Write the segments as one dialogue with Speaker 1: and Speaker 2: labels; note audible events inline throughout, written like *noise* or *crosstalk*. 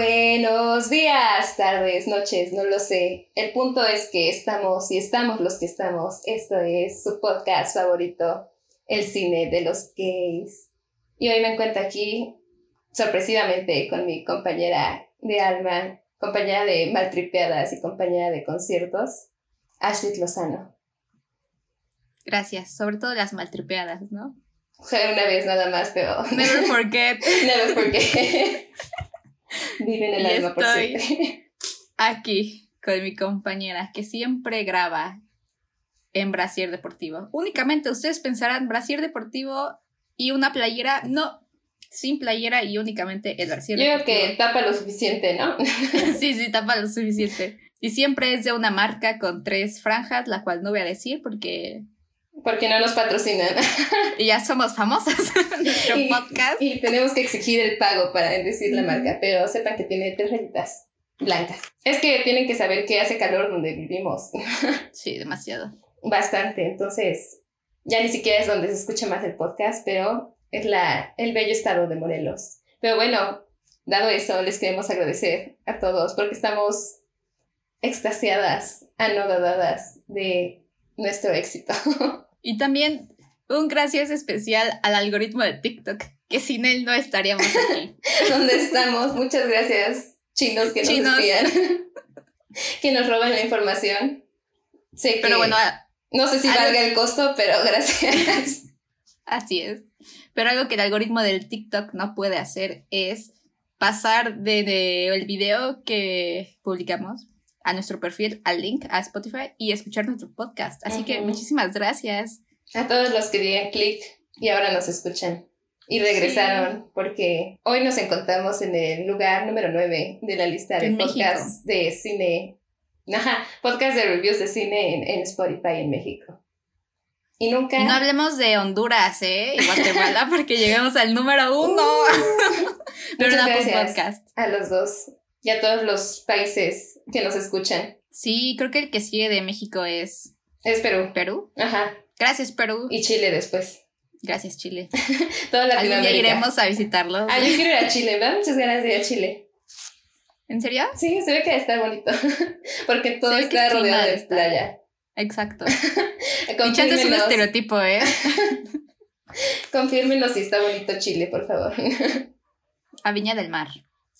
Speaker 1: Buenos días, tardes, noches, no lo sé. El punto es que estamos y estamos los que estamos. Esto es su podcast favorito, el cine de los gays. Y hoy me encuentro aquí, sorpresivamente, con mi compañera de alma, compañera de maltripeadas y compañera de conciertos, Ashley Lozano.
Speaker 2: Gracias, sobre todo las maltripeadas, ¿no? *laughs*
Speaker 1: Fue una vez nada más, pero *laughs*
Speaker 2: Never forget.
Speaker 1: Never *laughs* forget. Vive en el
Speaker 2: Y
Speaker 1: alma por
Speaker 2: estoy-
Speaker 1: siempre.
Speaker 2: Aquí con mi compañera que siempre graba en brasier deportivo. Únicamente ustedes pensarán brasier deportivo y una playera, no, sin playera y únicamente el
Speaker 1: Yo
Speaker 2: brasier
Speaker 1: creo que
Speaker 2: deportivo.
Speaker 1: tapa lo suficiente, ¿no?
Speaker 2: *laughs*
Speaker 1: *laughs*
Speaker 2: sí, sí, tapa lo suficiente. Y siempre es de una marca con tres franjas, la cual no voy a decir porque
Speaker 1: Porque no nos patrocinan.
Speaker 2: ya somos famosas *laughs* en nuestro
Speaker 1: Y-
Speaker 2: podcast.
Speaker 1: Y tenemos que exigir el pago para decir la marca, pero sepan que tiene tres rayitas blancas. Es que tienen que saber que hace calor donde vivimos *laughs*
Speaker 2: Sí, demasiado.
Speaker 1: bastante, entonces ya ni siquiera es donde se escucha más el podcast, pero es la, el bello estado de Morelos. Pero bueno, dado eso, les queremos agradecer a todos porque estamos extasiadas, anodadas de nuestro éxito.
Speaker 2: Y también un gracias especial al algoritmo de TikTok, que sin él no estaríamos
Speaker 1: *laughs*
Speaker 2: aquí.
Speaker 1: ¿Dónde estamos? Muchas gracias, chinos que nos
Speaker 2: Chinos.
Speaker 1: espían, *laughs* que nos roban la información. Sé que-
Speaker 2: Pero bueno, a-
Speaker 1: no sé si
Speaker 2: algo-
Speaker 1: valga el costo, pero *laughs* gracias.
Speaker 2: así es. Pero algo que el algoritmo del TikTok no puede hacer es pasar de, de el video que publicamos a nuestro perfil, al link, a Spotify y escuchar nuestro podcast. Así que
Speaker 1: Ujú.
Speaker 2: muchísimas gracias.
Speaker 1: A todos los que dieron clic y ahora nos escuchan. Y regresaron porque hoy nos encontramos en el lugar número 9 de la lista de
Speaker 2: En
Speaker 1: podcasts de cine. Ajá, podcast de reviews de cine en, en Spotify en México. Y nunca...
Speaker 2: Y no hablemos de Honduras, ¿eh?
Speaker 1: *laughs*
Speaker 2: Y Guatemala, porque llegamos al número uno. Pero
Speaker 1: Uh, Muchas
Speaker 2: no por
Speaker 1: gracias.
Speaker 2: podcast.
Speaker 1: A los dos y a todos los países que nos escuchan.
Speaker 2: Sí, creo que el que sigue de México es
Speaker 1: Es Perú.
Speaker 2: Perú.
Speaker 1: Ajá.
Speaker 2: Gracias, Perú.
Speaker 1: Y Chile después.
Speaker 2: Gracias, Chile.
Speaker 1: Toda
Speaker 2: Algún
Speaker 1: Latinoamérica.
Speaker 2: día iremos a visitarlos.
Speaker 1: Ah, yo quiero ir a Chile. Me dan muchas ganas de ir a Chile.
Speaker 2: ¿En serio?
Speaker 1: Sí, se ve que está bonito. *laughs* Porque todo
Speaker 2: Se ve que
Speaker 1: está
Speaker 2: el clima
Speaker 1: rodeado de
Speaker 2: está-
Speaker 1: playa.
Speaker 2: Exacto. *laughs* Y chance es un
Speaker 1: Confírmenos,
Speaker 2: estereotipo, ¿eh?
Speaker 1: confírmenos si está bonito Chile, por favor. *laughs*
Speaker 2: A Viña del Mar.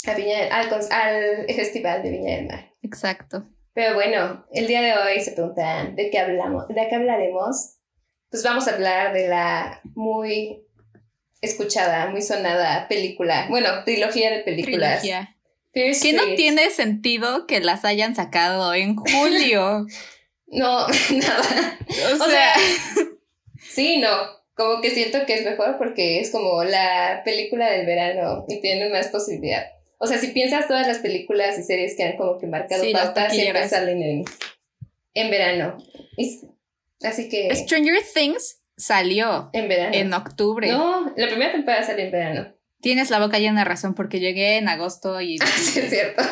Speaker 1: A Viña del- al, cons- al Festival de Viña del Mar.
Speaker 2: Exacto.
Speaker 1: Pero bueno, el día de hoy se preguntarán de qué hablamos, de qué hablaremos. Pues vamos a hablar de la muy escuchada, muy sonada película, bueno, trilogía de películas.
Speaker 2: Trilogía.
Speaker 1: Fear
Speaker 2: Que no
Speaker 1: Street.
Speaker 2: tiene sentido que las hayan sacado en *laughs* julio.
Speaker 1: No, *laughs* nada.
Speaker 2: O
Speaker 1: O sea,
Speaker 2: sea, eh,
Speaker 1: sí, no. Como que siento que es mejor porque es como la película del verano y tiene más posibilidad. O sea, si piensas todas las películas y series que han como que marcado
Speaker 2: Sí, las
Speaker 1: pauta, siempre
Speaker 2: taquilleras.
Speaker 1: salen en, en verano. Y- así que
Speaker 2: Stranger Things salió
Speaker 1: en verano.
Speaker 2: en octubre.
Speaker 1: No, la primera temporada sale en verano. *laughs*
Speaker 2: Tienes la boca llena de razón porque llegué en agosto *laughs* y
Speaker 1: Sí, es cierto.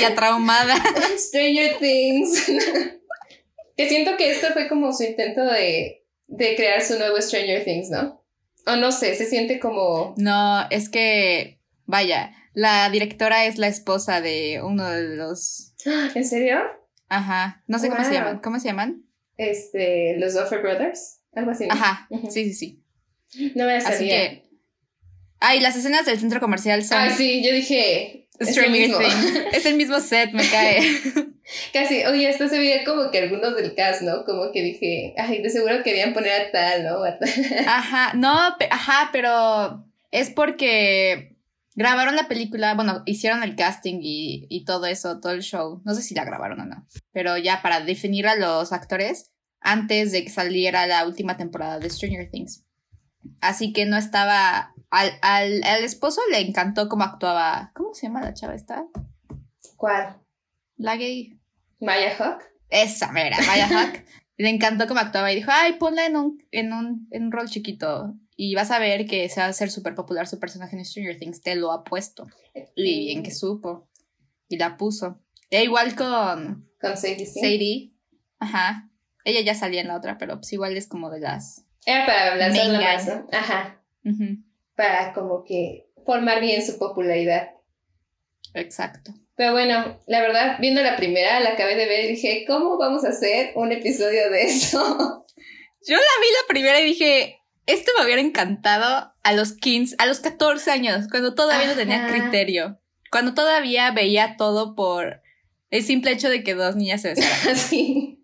Speaker 2: ya traumada.
Speaker 1: Stranger Things. *laughs* que siento que esto fue como su intento de, de crear su nuevo Stranger Things, ¿no? O no sé, se siente como... *gasps*
Speaker 2: No, es que, vaya, la directora es la esposa de uno de los...
Speaker 1: ¿En serio?
Speaker 2: Ajá, no sé cómo se
Speaker 1: Wow.
Speaker 2: llaman. ¿Cómo se llaman?
Speaker 1: Este, los Duffer Brothers, algo así.
Speaker 2: Ajá,
Speaker 1: Ujú.
Speaker 2: sí, sí, sí.
Speaker 1: No me la
Speaker 2: Así
Speaker 1: sabía.
Speaker 2: que... Ah, y las escenas del centro comercial son
Speaker 1: Ah, sí, yo dije... es lo
Speaker 2: Stranger
Speaker 1: mismo.
Speaker 2: Things. Es el mismo set, me cae.
Speaker 1: *laughs* Casi, oye, esto se veía como que algunos del cast, ¿no? Como que dije, ay, de seguro querían poner a tal, ¿no? A tal.
Speaker 2: Ajá, no, pe- ajá, pero es porque grabaron la película, bueno, hicieron el casting y, y todo eso, todo el show. No sé si la grabaron o no, pero ya para definir a los actores antes de que saliera la última temporada de Stranger Things. Así que no estaba. Al, al, al esposo le encantó cómo actuaba. ¿Cómo se llama la chava esta?
Speaker 1: ¿Cuál?
Speaker 2: La gay.
Speaker 1: ¿Maya Hawk?
Speaker 2: Esa mera, vaya hack. *laughs* Le encantó cómo actuaba y dijo, ay, ponla en un, en un, en un rol chiquito y vas a ver que se va a hacer súper popular su personaje en Stranger Things, te lo apuesto. Y bien que supo. Y la puso. E igual con
Speaker 1: Con Sadie Sink.
Speaker 2: Sadie. Ajá. Ella ya salía en la otra, pero pues igual es como de las...
Speaker 1: Era para hablar
Speaker 2: Me
Speaker 1: solo más,
Speaker 2: engaño.
Speaker 1: ¿no? Ajá.
Speaker 2: Ujú,
Speaker 1: Para como que formar bien su popularidad.
Speaker 2: Exacto.
Speaker 1: Pero bueno, la verdad, viendo la primera, la acabé de ver y dije, ¿cómo vamos a hacer un episodio de eso? *laughs*
Speaker 2: Yo la vi la primera y dije, esto me hubiera encantado a los 15, a los 14 años, cuando todavía no tenía
Speaker 1: Ajá.
Speaker 2: criterio, cuando todavía veía todo por el simple hecho de que dos niñas se besaran.
Speaker 1: Así.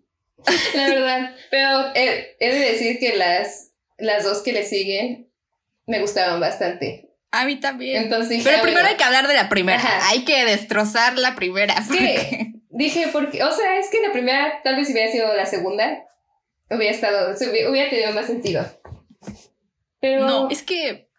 Speaker 1: La verdad. Pero he, he de decir que las, las dos que le siguen me gustaban bastante.
Speaker 2: A mí también.
Speaker 1: Entonces dije,
Speaker 2: Pero
Speaker 1: ah,
Speaker 2: primero hay
Speaker 1: bueno,
Speaker 2: que hablar de la primera.
Speaker 1: Ajá.
Speaker 2: Hay que destrozar la primera. porque-
Speaker 1: dije, porque, o sea, es que la primera, tal vez si hubiera sido la segunda, hubiera estado, se hubi- hubiera tenido más sentido. Pero
Speaker 2: No, es que,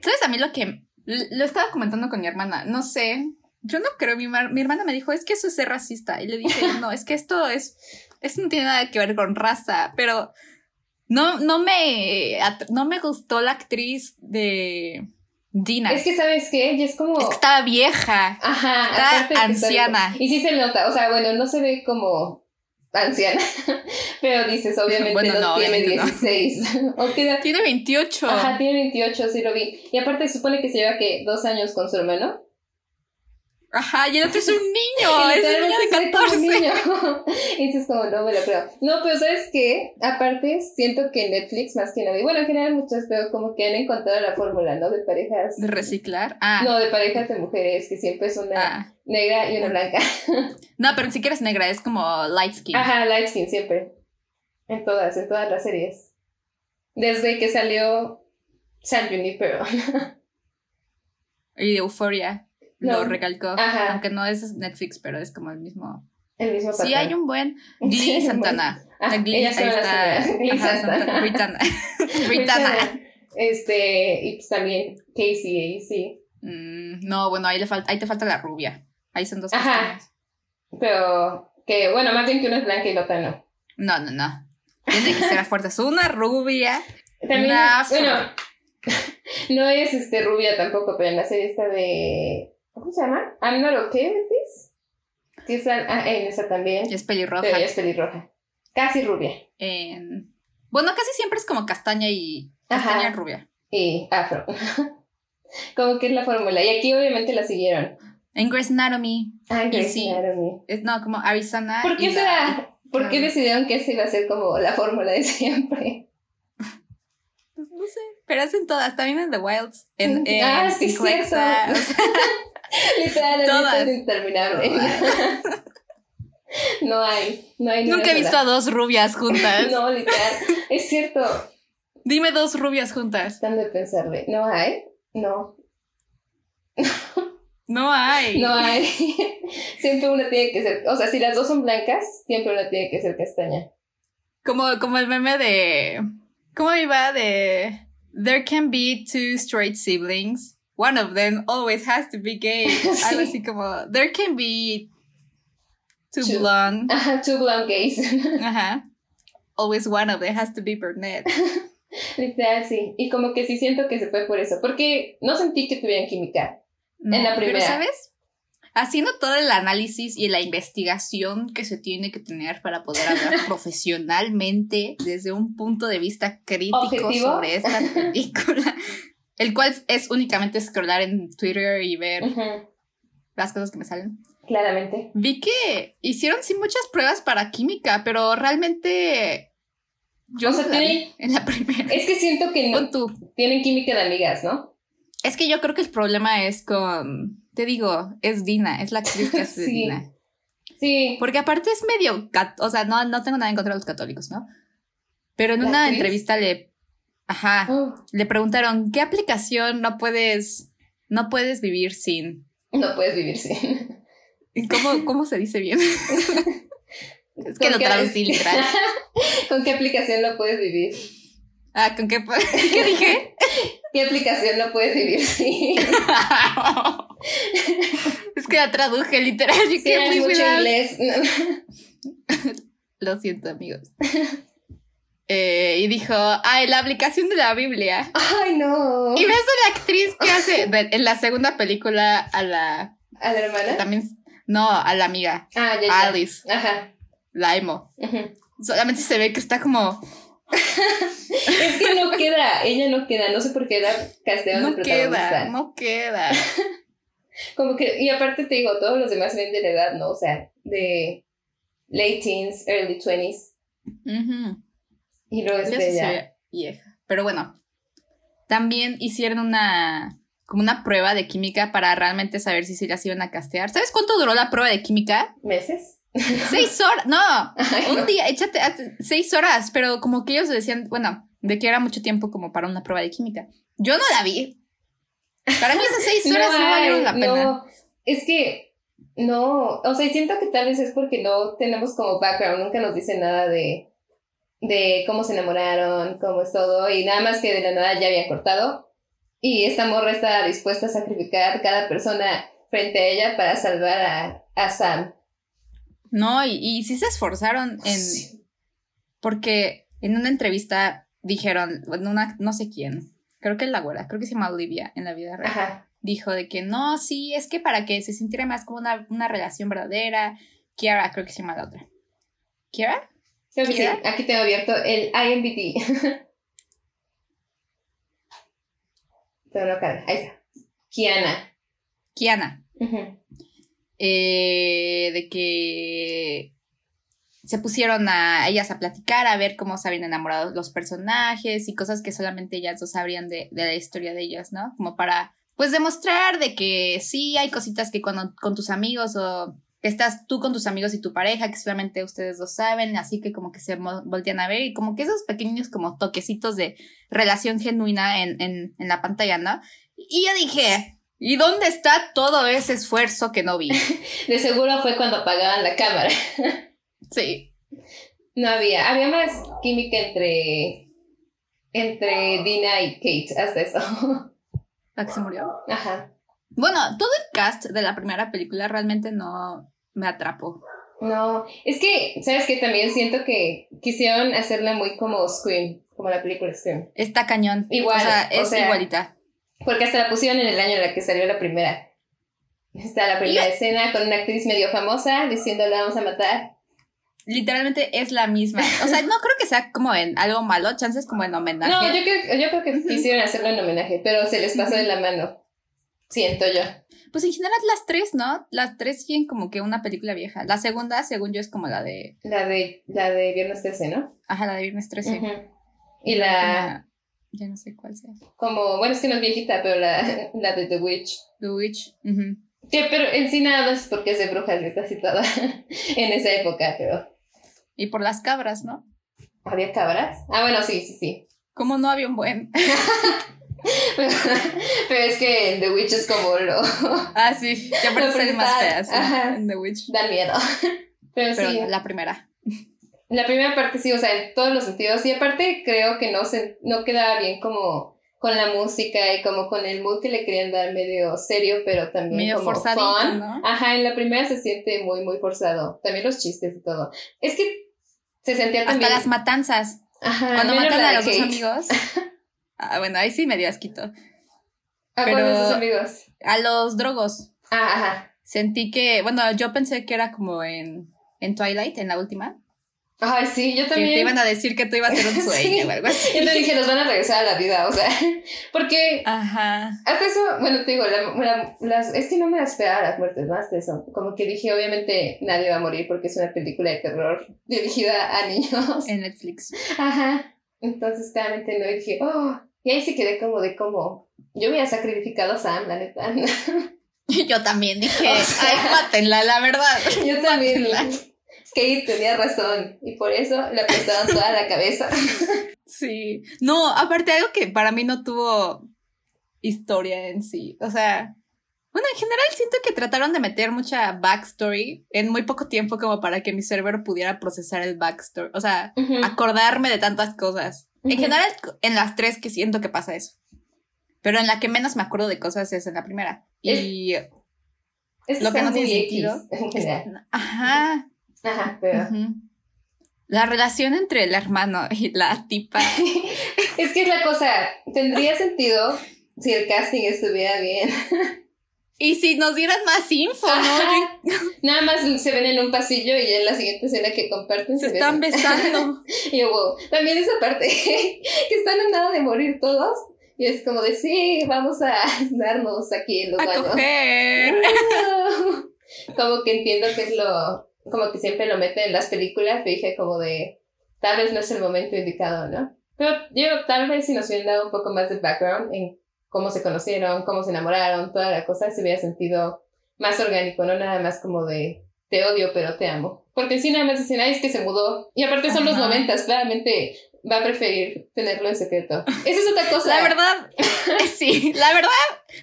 Speaker 2: ¿sabes a mí lo que lo estaba comentando con mi hermana? No sé, yo no creo, mi, mar- mi hermana me dijo, es que eso es ser racista. Y le dije, no, es que esto es, esto no tiene nada que ver con raza, pero no, no me, at- no me gustó la actriz de Dina.
Speaker 1: es que, ¿sabes qué? Y es como...
Speaker 2: Es que estaba vieja.
Speaker 1: Ajá,
Speaker 2: Está
Speaker 1: aparte de que está-
Speaker 2: anciana.
Speaker 1: y sí se nota, o sea, bueno, no se ve como anciana, *laughs* pero dices, obviamente
Speaker 2: Bueno,
Speaker 1: no,
Speaker 2: no,
Speaker 1: tiene
Speaker 2: obviamente
Speaker 1: *laughs*
Speaker 2: no.
Speaker 1: 16. o queda-
Speaker 2: Tiene 28.
Speaker 1: ajá, tiene 28, sí lo vi. Y aparte supone que se lleva que dos años con su hermano.
Speaker 2: Ajá, y el otro
Speaker 1: *laughs*
Speaker 2: es un niño.
Speaker 1: Y
Speaker 2: es un niño
Speaker 1: literalmente se
Speaker 2: de
Speaker 1: ve como
Speaker 2: 14.
Speaker 1: un niño. *laughs* y dices como, no me lo creo. No, pero ¿sabes qué? Aparte, siento que Netflix, más que nada, y bueno, en general muchas, pero como que han encontrado la fórmula, ¿no? De parejas.
Speaker 2: De reciclar. Ah,
Speaker 1: No, de parejas de mujeres, que siempre es una
Speaker 2: ah.
Speaker 1: negra y una blanca.
Speaker 2: No, pero ni siquiera es negra, es como light skin.
Speaker 1: Ajá, light skin siempre. En todas, en todas las series. Desde que salió San
Speaker 2: *laughs*
Speaker 1: Junipero.
Speaker 2: Y de Euforia
Speaker 1: No.
Speaker 2: lo recalcó.
Speaker 1: Ajá.
Speaker 2: Aunque no es Netflix, pero es como el mismo.
Speaker 1: El mismo
Speaker 2: Sí, hay
Speaker 1: *laughs*
Speaker 2: un buen. Glee Santana.
Speaker 1: Ah,
Speaker 2: Glee,
Speaker 1: ellas
Speaker 2: ahí
Speaker 1: son las
Speaker 2: está.
Speaker 1: primeras. *laughs* Glee
Speaker 2: Ajá,
Speaker 1: Santana.
Speaker 2: Santana.
Speaker 1: *laughs*
Speaker 2: Britana. *laughs* Britana.
Speaker 1: Este, y pues también Casey, ahí sí.
Speaker 2: Mm, no, bueno, ahí, le falta, ahí te falta la rubia. Ahí son dos
Speaker 1: Ajá.
Speaker 2: castañas.
Speaker 1: Pero que, bueno, más bien que una es blanca y la otra no.
Speaker 2: No, no, no. Tiene que ser a fuerzas. Una rubia.
Speaker 1: También,
Speaker 2: Una afro.
Speaker 1: bueno, *laughs* no es este rubia tampoco, pero en la serie esta de, ¿cómo se llama? I'm not okay with this. Que es, ah, en esa también,
Speaker 2: Y es
Speaker 1: pero
Speaker 2: pelirroja.
Speaker 1: ella es pelirroja. Casi rubia.
Speaker 2: En- Bueno, casi siempre es como castaña y castaña
Speaker 1: Ajá.
Speaker 2: rubia.
Speaker 1: y afro. *laughs* Como que es la fórmula. Y aquí obviamente la siguieron.
Speaker 2: En Grey's Anatomy.
Speaker 1: Ay,
Speaker 2: Y
Speaker 1: Grey's
Speaker 2: sí.
Speaker 1: Anatomy.
Speaker 2: es- No, como Arizona.
Speaker 1: ¿Por qué
Speaker 2: y la-
Speaker 1: será? ¿Por qué
Speaker 2: Ah.
Speaker 1: decidieron que esa iba a ser como la fórmula de siempre? *laughs*
Speaker 2: Pues no sé, pero hacen todas, también en The Wilds, en, en
Speaker 1: Ah, sí,
Speaker 2: Cinco Exa,
Speaker 1: cierto. *laughs*
Speaker 2: o
Speaker 1: Literal, la
Speaker 2: sea,
Speaker 1: lista
Speaker 2: Todas.
Speaker 1: es interminable. *laughs* No hay, no hay. ni
Speaker 2: nunca he
Speaker 1: una
Speaker 2: visto a dos rubias
Speaker 1: sola.
Speaker 2: juntas.
Speaker 1: No, literal. Es cierto.
Speaker 2: Dime dos rubias juntas.
Speaker 1: Tratando de pensarle. No hay. No,
Speaker 2: No hay.
Speaker 1: no hay. *laughs* Siempre una tiene que ser. O sea, si las dos son blancas, siempre una tiene que ser castaña.
Speaker 2: Como, como el meme de. ¿Cómo iba? De. There can be two straight siblings. One of them always has to be gay.
Speaker 1: *laughs* Sí.
Speaker 2: Algo así como. There can be two
Speaker 1: Two. *laughs*
Speaker 2: blonde.
Speaker 1: Ajá, two blonde gays.
Speaker 2: Ajá. Always one of them has to be brunette.
Speaker 1: Literal, sí. Y como que sí siento que se fue por eso. Porque no sentí que tuvieran química.
Speaker 2: No,
Speaker 1: En la primera.
Speaker 2: Pero, ¿sabes? Haciendo todo el análisis y la investigación que se tiene que tener para poder
Speaker 1: *laughs*
Speaker 2: hablar profesionalmente desde un punto de vista crítico
Speaker 1: ¿Objetivo?
Speaker 2: sobre esta película, el cual es únicamente scrollar en Twitter y ver
Speaker 1: Ujú,
Speaker 2: las cosas que me salen.
Speaker 1: Claramente.
Speaker 2: Vi que hicieron sí muchas pruebas para química, pero realmente yo
Speaker 1: O
Speaker 2: no
Speaker 1: sea,
Speaker 2: la vi
Speaker 1: tienen-
Speaker 2: en la primera.
Speaker 1: Es que siento que no
Speaker 2: Pon tú,
Speaker 1: tienen química de amigas, ¿no?
Speaker 2: Es que yo creo que el problema es con, te digo, es Dina, es la actriz que hace de
Speaker 1: Sí.
Speaker 2: Dina.
Speaker 1: Sí.
Speaker 2: Porque aparte es medio, cat- o sea, no, no tengo nada en contra de los católicos, ¿no? Pero en
Speaker 1: ¿La
Speaker 2: una
Speaker 1: actriz?
Speaker 2: entrevista le, ajá,
Speaker 1: Oh,
Speaker 2: le preguntaron, ¿qué aplicación no puedes, no puedes vivir sin?
Speaker 1: no puedes vivir sin. *laughs*
Speaker 2: ¿Y ¿Cómo, cómo se dice bien? es que
Speaker 1: ¿Con
Speaker 2: lo
Speaker 1: qué-
Speaker 2: traducí literal.
Speaker 1: ¿Con qué aplicación no puedes vivir?
Speaker 2: Ah, ¿con qué,
Speaker 1: *laughs*
Speaker 2: qué dije?
Speaker 1: ¿Qué aplicación no puedes vivir sin?
Speaker 2: *laughs* es que la traduje literal. yo
Speaker 1: Sí,
Speaker 2: qué
Speaker 1: hay mucho
Speaker 2: felicidad.
Speaker 1: inglés.
Speaker 2: Lo
Speaker 1: *laughs*
Speaker 2: siento, amigos. Eh, y dijo, ay, la aplicación de la Biblia.
Speaker 1: Ay, no.
Speaker 2: Y ves a la actriz
Speaker 1: *laughs*
Speaker 2: que hace de- en la segunda película a la...
Speaker 1: ¿A la hermana?
Speaker 2: También... No, a la amiga,
Speaker 1: Ah, ya, ya.
Speaker 2: Alice,
Speaker 1: Ajá.
Speaker 2: la emo.
Speaker 1: Ujú.
Speaker 2: Solamente se ve que está como...
Speaker 1: Es que no queda, ella no queda, no sé por qué la castearon de *laughs*
Speaker 2: No
Speaker 1: protagonista.
Speaker 2: queda, no queda.
Speaker 1: Como que, y aparte te digo, todos los demás ven de la edad, ¿no? O sea, de late teens, early 20s.
Speaker 2: Ujú.
Speaker 1: Y luego este
Speaker 2: Yo
Speaker 1: es
Speaker 2: sí
Speaker 1: de
Speaker 2: soy
Speaker 1: ella.
Speaker 2: vieja. Pero bueno, también hicieron una como una prueba de química para realmente saber si se las iban a castear. ¿Sabes cuánto duró la prueba de química?
Speaker 1: ¿Meses?
Speaker 2: seis horas. No,
Speaker 1: Ay,
Speaker 2: un
Speaker 1: no.
Speaker 2: día, échate hace seis horas. Pero como que ellos decían, bueno, de que era mucho tiempo como para una prueba de química. Yo no la vi. Para mí esas
Speaker 1: *laughs*
Speaker 2: seis horas no,
Speaker 1: hay,
Speaker 2: valieron la pena.
Speaker 1: no. es que no, o sea, y siento que tal vez es porque no tenemos como background, nunca nos dicen nada de, de cómo se enamoraron, cómo es todo, y nada más que de la nada ya habían cortado. Y esta morra está dispuesta a sacrificar cada persona frente a ella para salvar a, a Sam.
Speaker 2: No, y, y sí se esforzaron en.
Speaker 1: Sí.
Speaker 2: Porque en una entrevista dijeron, en una, no sé quién, creo que la güera, creo que se llama Olivia en la vida real,
Speaker 1: Ajá.
Speaker 2: dijo de que no, sí, es que para que se sintiera más como una, una relación verdadera, Kiara, creo que se llama la otra. ¿Kiara?
Speaker 1: Creo que sí,
Speaker 2: ¿Quieres?
Speaker 1: aquí tengo abierto el IMBD. Pero no carga, ahí está. Kiana.
Speaker 2: Kiana.
Speaker 1: Ujú.
Speaker 2: eh, de que se pusieron a ellas a platicar, a ver cómo se habían enamorado los personajes y cosas que solamente ellas dos sabrían de, de la historia de ellas, ¿no? Como para, pues, demostrar de que sí hay cositas que cuando con tus amigos o que estás tú con tus amigos y tu pareja, que solamente ustedes dos saben, así que como que se mo- voltean a ver y como que esos pequeños como toquecitos de relación genuina en, en, en la pantalla, ¿no? Y yo dije, ¿y dónde está todo ese esfuerzo que no vi?
Speaker 1: De seguro fue cuando apagaban la cámara.
Speaker 2: Sí.
Speaker 1: No había, había más química entre entre Dina y Kate, hasta eso.
Speaker 2: La que se murió.
Speaker 1: Ajá.
Speaker 2: Bueno, todo el cast de la primera película realmente no me atrapó.
Speaker 1: No, es que, ¿sabes qué? También siento que quisieron hacerla muy como Scream, como la película Scream.
Speaker 2: Está cañón.
Speaker 1: Igual,
Speaker 2: O sea,
Speaker 1: o
Speaker 2: es
Speaker 1: sea,
Speaker 2: igualita.
Speaker 1: Porque hasta la pusieron en el año en la que salió la primera. Está la primera escena con una actriz medio famosa diciendo la vamos a matar.
Speaker 2: Literalmente es la misma. O sea, no creo que sea como en algo malo, chances como en homenaje.
Speaker 1: No, yo creo, yo creo que quisieron hacerlo en homenaje, pero se les pasó de la mano. Siento yo.
Speaker 2: Pues en general las tres, ¿no? Las tres siguen como que una película vieja. La segunda, según yo, es como la de...
Speaker 1: La de, la de Viernes 13, ¿no?
Speaker 2: Ajá, la de Viernes 13.
Speaker 1: Ujú. Y la,
Speaker 2: última, Ya no sé cuál sea.
Speaker 1: como, bueno, es que no es viejita, pero la, la de The Witch.
Speaker 2: The Witch. ujú.
Speaker 1: Que, pero en sí nada más porque es de brujas, está situada *laughs* en esa época, pero
Speaker 2: Y por las cabras, ¿no?
Speaker 1: ¿había cabras? Ah, bueno, sí, sí, sí. *laughs*
Speaker 2: Como no había un buen. *laughs*
Speaker 1: Pero, es que en The Witch es como lo...
Speaker 2: Ah, sí. Ya
Speaker 1: Lo
Speaker 2: por ser más
Speaker 1: principal,
Speaker 2: feas. sí,
Speaker 1: ajá.
Speaker 2: En The Witch.
Speaker 1: da miedo. *laughs* Pero,
Speaker 2: Pero
Speaker 1: sí,
Speaker 2: la- la primera.
Speaker 1: la primera parte sí, o sea, en todos los sentidos. Y aparte creo que no, se, no quedaba bien como con la música y como con el mood que le querían dar medio serio, pero también
Speaker 2: medio
Speaker 1: como
Speaker 2: forzadito,
Speaker 1: fun.
Speaker 2: ¿no?
Speaker 1: Ajá, en la primera se siente muy, muy forzado. También los chistes y todo. Es que se sentía
Speaker 2: Hasta
Speaker 1: también.
Speaker 2: las matanzas.
Speaker 1: Ajá,
Speaker 2: Cuando
Speaker 1: menos
Speaker 2: matan
Speaker 1: la
Speaker 2: a
Speaker 1: de
Speaker 2: los dos
Speaker 1: Kate.
Speaker 2: amigos. *laughs* Ah, bueno, ahí sí me dio asquito.
Speaker 1: ¿A Ah, cuál de
Speaker 2: pero-
Speaker 1: sus amigos?
Speaker 2: A los drogos.
Speaker 1: Ah, ajá.
Speaker 2: Sentí que, bueno, yo pensé que era como en, en Twilight, en la última.
Speaker 1: Ay, sí, yo
Speaker 2: Que te
Speaker 1: también.
Speaker 2: iban a decir que tú ibas a *laughs* ser un sueño
Speaker 1: Sí.
Speaker 2: o algo así.
Speaker 1: Yo te
Speaker 2: *laughs*
Speaker 1: dije, los van a regresar a la vida, o sea. *laughs* Porque
Speaker 2: Ajá.
Speaker 1: hasta eso, bueno, te digo, la- la- las, es que no me las esperaba las muertes más de eso. Como que dije, obviamente nadie va a morir porque es una película de terror dirigida a niños.
Speaker 2: En Netflix.
Speaker 1: Ajá. Entonces claramente no y dije, oh. Y ahí sí quedé como de como, yo hubiera sacrificado a Sam, la neta.
Speaker 2: *laughs*
Speaker 1: *laughs*
Speaker 2: Yo también dije,
Speaker 1: O sea-
Speaker 2: ay, mátenla, la verdad.
Speaker 1: Yo también.
Speaker 2: Guácala.
Speaker 1: Kate tenía razón. Y por eso le aplastaban toda la
Speaker 2: *laughs*
Speaker 1: cabeza.
Speaker 2: Sí. No, aparte algo que para mí no tuvo historia en sí. O sea, bueno, en general siento que trataron de meter mucha backstory en muy poco tiempo como para que mi cerebro pudiera procesar el backstory. O sea, acordarme de tantas cosas. En
Speaker 1: Ujú.
Speaker 2: general, en las tres que siento que pasa eso. Pero en la que menos me acuerdo de cosas es en la primera. Y...
Speaker 1: Es
Speaker 2: Lo que
Speaker 1: está
Speaker 2: no tiene
Speaker 1: muy
Speaker 2: sentido
Speaker 1: X, en general.
Speaker 2: Ajá.
Speaker 1: Ajá, pero.
Speaker 2: *laughs*
Speaker 1: *laughs*
Speaker 2: ujú. La relación entre el hermano y la tipa.
Speaker 1: Es que es la cosa. Tendría sentido si el casting estuviera bien.
Speaker 2: Y si nos dieran más info, ¿no? Yo
Speaker 1: Ajá. *laughs* Nada más se ven en un pasillo y ya en la siguiente escena que comparten
Speaker 2: Se
Speaker 1: se,
Speaker 2: están
Speaker 1: besan.
Speaker 2: besando. *laughs*
Speaker 1: *laughs* Y yo, wow. También esa parte que están a nada de morir todos. Y es como de, sí, vamos a *laughs* darnos aquí en los
Speaker 2: A
Speaker 1: baños.
Speaker 2: coger.
Speaker 1: *laughs* como que entiendo que es lo, como que siempre lo meten en las películas, pero dije como de, tal vez no es el momento indicado, ¿no? Pero yo tal vez si nos hubieran dado un poco más de background en cómo se conocieron, cómo se enamoraron, toda la cosa, se hubiera sentido más orgánico, no nada más como de, te odio, pero te amo. Porque si nada más dicen, ay, es que se mudó. Y aparte son los
Speaker 2: Ajá.
Speaker 1: noventas, claramente va a preferir tenerlo en secreto. Esa es otra cosa.
Speaker 2: La verdad, *laughs* sí, la verdad,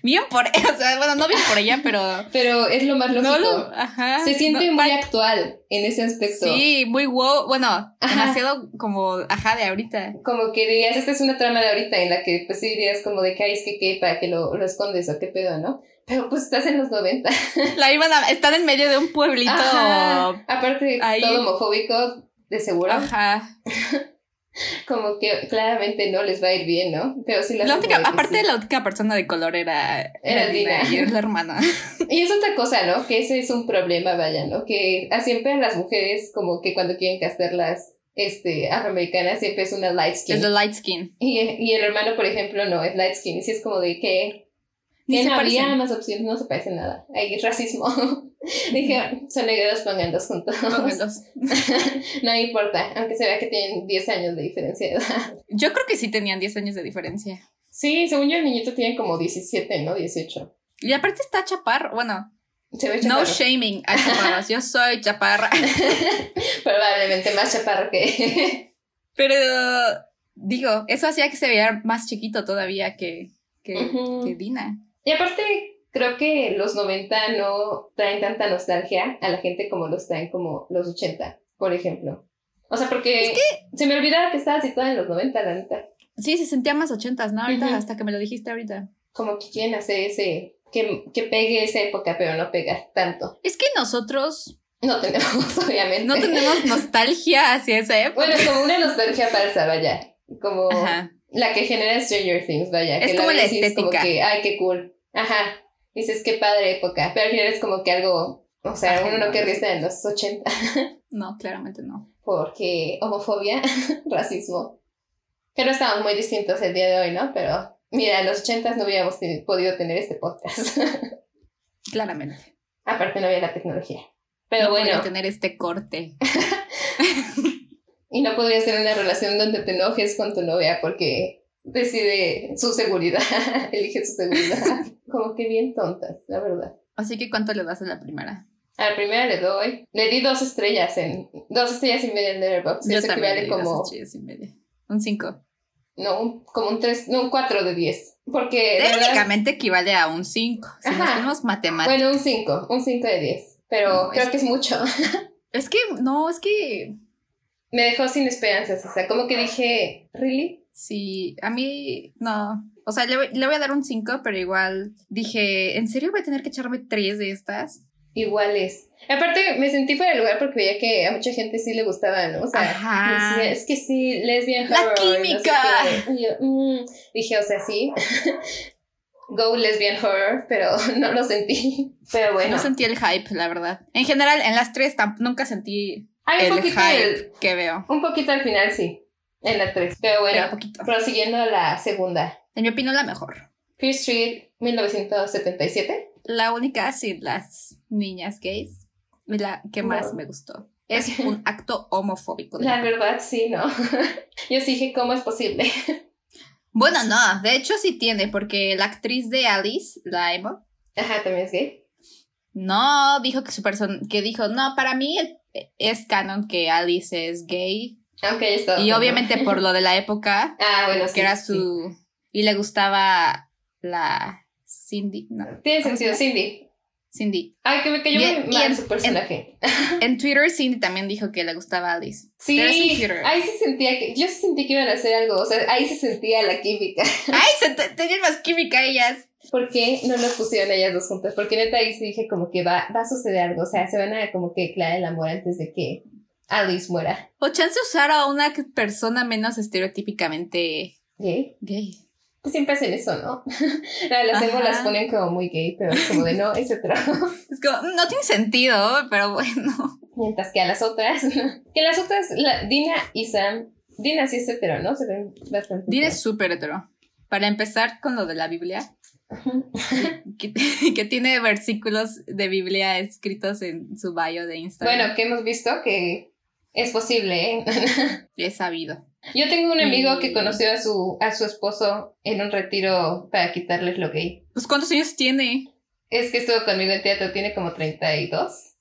Speaker 2: bien por, e, o sea, bueno, no bien por ella, pero
Speaker 1: Pero es lo más lógico.
Speaker 2: *laughs* no lo, ajá,
Speaker 1: se siente
Speaker 2: no,
Speaker 1: muy
Speaker 2: pa-
Speaker 1: actual en ese aspecto.
Speaker 2: Sí, muy wow, bueno,
Speaker 1: Ajá.
Speaker 2: demasiado como, ajá, de ahorita.
Speaker 1: Como que dirías, esta es una trama de ahorita en la que pues sí dirías como de que ay, es que qué, para que lo, lo escondes o qué pedo, ¿no? Pero pues estás en los 90.
Speaker 2: La iban a, están en medio de un pueblito,
Speaker 1: Ajá. Aparte,
Speaker 2: ahí- Ah.
Speaker 1: todo homofóbico, de seguro.
Speaker 2: ajá.
Speaker 1: Como que claramente no les va a ir bien, ¿no? Pero sí las
Speaker 2: La
Speaker 1: hacen
Speaker 2: única,
Speaker 1: como
Speaker 2: aparte
Speaker 1: difícil.
Speaker 2: la única persona de color era,
Speaker 1: Era Dina.
Speaker 2: y es la *laughs* hermana.
Speaker 1: Y es otra cosa, ¿no? Que ese es un problema, vaya, ¿no? Que a- siempre a las mujeres, como que cuando quieren casarlas, este, afroamericanas, siempre es una light skin.
Speaker 2: Es de light *laughs* skin.
Speaker 1: Y, y el hermano, por ejemplo, no, es light skin. Y sí es como de que
Speaker 2: Ni
Speaker 1: que
Speaker 2: se
Speaker 1: no había
Speaker 2: parecen.
Speaker 1: más opciones, no se parece nada. Hay racismo. *laughs* Dije, son negros, pongan dos juntos.
Speaker 2: Pónganlos.
Speaker 1: *laughs* no importa, aunque se vea que tienen 10 años de diferencia de edad.
Speaker 2: Yo creo que sí tenían 10 años de diferencia.
Speaker 1: Sí, según yo el niñito tiene como 17, ¿no? 18.
Speaker 2: Y aparte está chapar, bueno,
Speaker 1: Se ve chaparro.
Speaker 2: no shaming a chaparras, yo soy chaparra.
Speaker 1: Probablemente más chaparro
Speaker 2: *laughs*
Speaker 1: que...
Speaker 2: Pero digo, eso hacía que se veía más chiquito todavía que, que,
Speaker 1: Ujú.
Speaker 2: que Dina.
Speaker 1: y aparte, creo que los 90 no traen tanta nostalgia a la gente como los traen como los 80, por ejemplo. O sea, porque se me olvidaba que estaba situada en los 90, la neta.
Speaker 2: Sí, se sentía más ochentas, ¿no? Ahorita,
Speaker 1: Ujú.
Speaker 2: hasta que me lo dijiste ahorita.
Speaker 1: como que quieren hacer ese, que, que pegue esa época, pero no pega tanto.
Speaker 2: Es que nosotros
Speaker 1: No tenemos, *laughs* obviamente.
Speaker 2: no
Speaker 1: *laughs*
Speaker 2: tenemos nostalgia hacia esa época.
Speaker 1: Bueno, como una nostalgia falsa, vaya. Como
Speaker 2: Ajá.
Speaker 1: la que genera Stranger Things, vaya.
Speaker 2: Es
Speaker 1: que
Speaker 2: como la
Speaker 1: ves y es como
Speaker 2: estética.
Speaker 1: que, ay, qué cool. Ajá. Dices, qué padre época. Pero al final es como que algo, o sea,
Speaker 2: Ajá,
Speaker 1: uno no
Speaker 2: no.
Speaker 1: querría estar en los 80
Speaker 2: No, claramente no.
Speaker 1: porque homofobia, *laughs* racismo. Pero estaban muy distintos el día de hoy, ¿no? Pero mira, en los 80 no hubiéramos teni- podido tener este podcast. *laughs*
Speaker 2: Claramente.
Speaker 1: Aparte no había la tecnología. Pero
Speaker 2: no
Speaker 1: bueno,
Speaker 2: podría tener este corte.
Speaker 1: y no podrías tener una relación donde te enojes con tu novia porque decide su seguridad, *laughs* elige su
Speaker 2: *laughs*
Speaker 1: seguridad. Como que bien tontas, la verdad.
Speaker 2: Así que, ¿cuánto le das a la primera?
Speaker 1: A la primera le doy, le di dos estrellas en, dos estrellas y media en Letterboxd. Eso
Speaker 2: le
Speaker 1: equivale
Speaker 2: di dos
Speaker 1: como,
Speaker 2: estrellas y media. Un 5.
Speaker 1: no, un- como un tres, no, un cuatro de diez. Porque, la verdad,
Speaker 2: Técnicamente equivale a un 5. Si nos
Speaker 1: Ajá.
Speaker 2: ponemos matemáticas.
Speaker 1: bueno, un cinco, un cinco de diez. Pero
Speaker 2: No,
Speaker 1: creo
Speaker 2: es-
Speaker 1: que es mucho. *laughs*
Speaker 2: Es que, no, es que.
Speaker 1: Me dejó sin esperanzas, o sea, como que dije, ¿really?
Speaker 2: Sí, a mí no. O sea, le voy, le voy a dar un 5, pero igual dije, ¿en serio voy a tener que echarme tres de estas?
Speaker 1: iguales. Aparte, me sentí fuera de lugar porque veía que a mucha gente sí le gustaba, ¿no? O sea,
Speaker 2: Ajá.
Speaker 1: decía, es que sí, lesbian
Speaker 2: Ah. La
Speaker 1: horror. no sé
Speaker 2: química.
Speaker 1: qué. Y yo, mm, dije, o sea, sí. *laughs* Go lesbian horror, pero *laughs* no lo sentí. Pero bueno.
Speaker 2: No sentí el hype, la verdad. En general, en las tres tam- nunca sentí
Speaker 1: Hay un
Speaker 2: el
Speaker 1: poquito,
Speaker 2: hype
Speaker 1: del-
Speaker 2: que veo.
Speaker 1: un poquito al final, sí. En la 3. Pero
Speaker 2: Pero
Speaker 1: bueno,
Speaker 2: poquito.
Speaker 1: prosiguiendo a la segunda.
Speaker 2: En mi opinión, la mejor.
Speaker 1: Fear Street, 1977.
Speaker 2: La única sin las niñas gays y la que
Speaker 1: No.
Speaker 2: más me gustó.
Speaker 1: *laughs*
Speaker 2: Es un acto homofóbico. de
Speaker 1: La
Speaker 2: la-
Speaker 1: verdad, sí, ¿no? *laughs* Yo sí dije, ¿cómo es posible? *laughs*
Speaker 2: Bueno, no, de hecho sí tiene, porque la actriz de Alice, la emo,
Speaker 1: Ajá, también es gay.
Speaker 2: No, dijo que su persona, que dijo, no, para mí el- es canon que Alice es gay.
Speaker 1: Aunque haya estado
Speaker 2: Y
Speaker 1: con-
Speaker 2: obviamente por lo de la época,
Speaker 1: Ah, bueno,
Speaker 2: que
Speaker 1: sí,
Speaker 2: era
Speaker 1: sí.
Speaker 2: su... Y le gustaba la Cindy, no,
Speaker 1: Tiene
Speaker 2: ¿Cómo
Speaker 1: sentido, Cindy.
Speaker 2: Cindy.
Speaker 1: Ay, que me cayó
Speaker 2: Y-
Speaker 1: muy
Speaker 2: y
Speaker 1: mal
Speaker 2: en-
Speaker 1: su
Speaker 2: *laughs*
Speaker 1: personaje.
Speaker 2: En Twitter Cindy también dijo que le
Speaker 1: *laughs*
Speaker 2: gustaba Alice.
Speaker 1: sí,
Speaker 2: pero es un Twitter.
Speaker 1: ahí se sentía que. Yo sí sentí que iban a hacer algo. O sea, ahí se sentía la química. *laughs*
Speaker 2: ¡Ay, se te- tenían más química ellas!
Speaker 1: ¿Por qué no lo pusieron ellas dos juntas? Porque neta ahí sí dije como que va, va a suceder algo. O sea, se van a como que declarar el amor antes de que Alice muera.
Speaker 2: O chance usar a una persona menos estereotípicamente
Speaker 1: ¿Gay?
Speaker 2: gay.
Speaker 1: Pues siempre hacen eso, ¿no? *laughs* La- las
Speaker 2: Ajá.
Speaker 1: emo las ponen como muy gay, pero es como de no, ese trabajo.
Speaker 2: Es como, "Mm, no tiene sentido, pero bueno.
Speaker 1: Mientras que a las otras. *laughs* que las otras, la- Dina y Sam. Dina sí es hetero, ¿no? Se ven bastante.
Speaker 2: Dina
Speaker 1: hetero.
Speaker 2: es súper hetero. para empezar con lo de la Biblia, que, *laughs* que tiene versículos de Biblia escritos en su bio de Instagram.
Speaker 1: Bueno, que hemos visto que es posible, ¿eh? *laughs*
Speaker 2: es sabido.
Speaker 1: Yo tengo un amigo que conoció a su, a su esposo en un retiro para quitarles lo gay.
Speaker 2: Pues, ¿cuántos años tiene? *gasps*
Speaker 1: Es que estuvo conmigo en teatro, tiene como 32.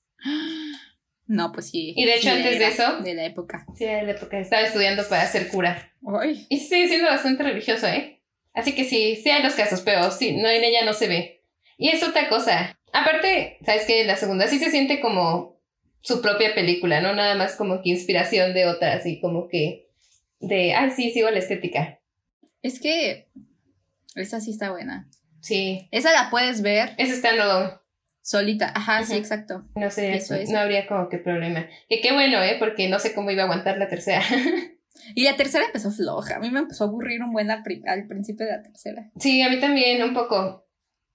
Speaker 2: No, pues sí.
Speaker 1: Y de hecho,
Speaker 2: sí
Speaker 1: antes de
Speaker 2: era
Speaker 1: eso-
Speaker 2: De la época.
Speaker 1: Sí, era la época. Estaba estudiando para ser cura.
Speaker 2: Ay.
Speaker 1: Y sigue siendo bastante religioso, ¿eh? Así que sí, sí hay los casos, pero sí, no, en ella no se ve. Y es otra cosa. Aparte, ¿sabes qué? La segunda sí se siente como su propia película, no nada más como que inspiración de otras y como que de, ay, sí, sigo la estética.
Speaker 2: Es que esa sí está buena.
Speaker 1: Sí,
Speaker 2: Esa la puedes ver
Speaker 1: eso está no,
Speaker 2: solita. Ajá, sí,
Speaker 1: Ujú.
Speaker 2: exacto.
Speaker 1: no sé,
Speaker 2: Eso es.
Speaker 1: no habría como que problema. Que qué bueno, ¿eh? Porque no sé cómo iba a aguantar la tercera. *laughs*
Speaker 2: Y la tercera empezó floja. A mí me empezó a aburrir un buen al pri- al principio de la tercera.
Speaker 1: sí, a mí también, un poco.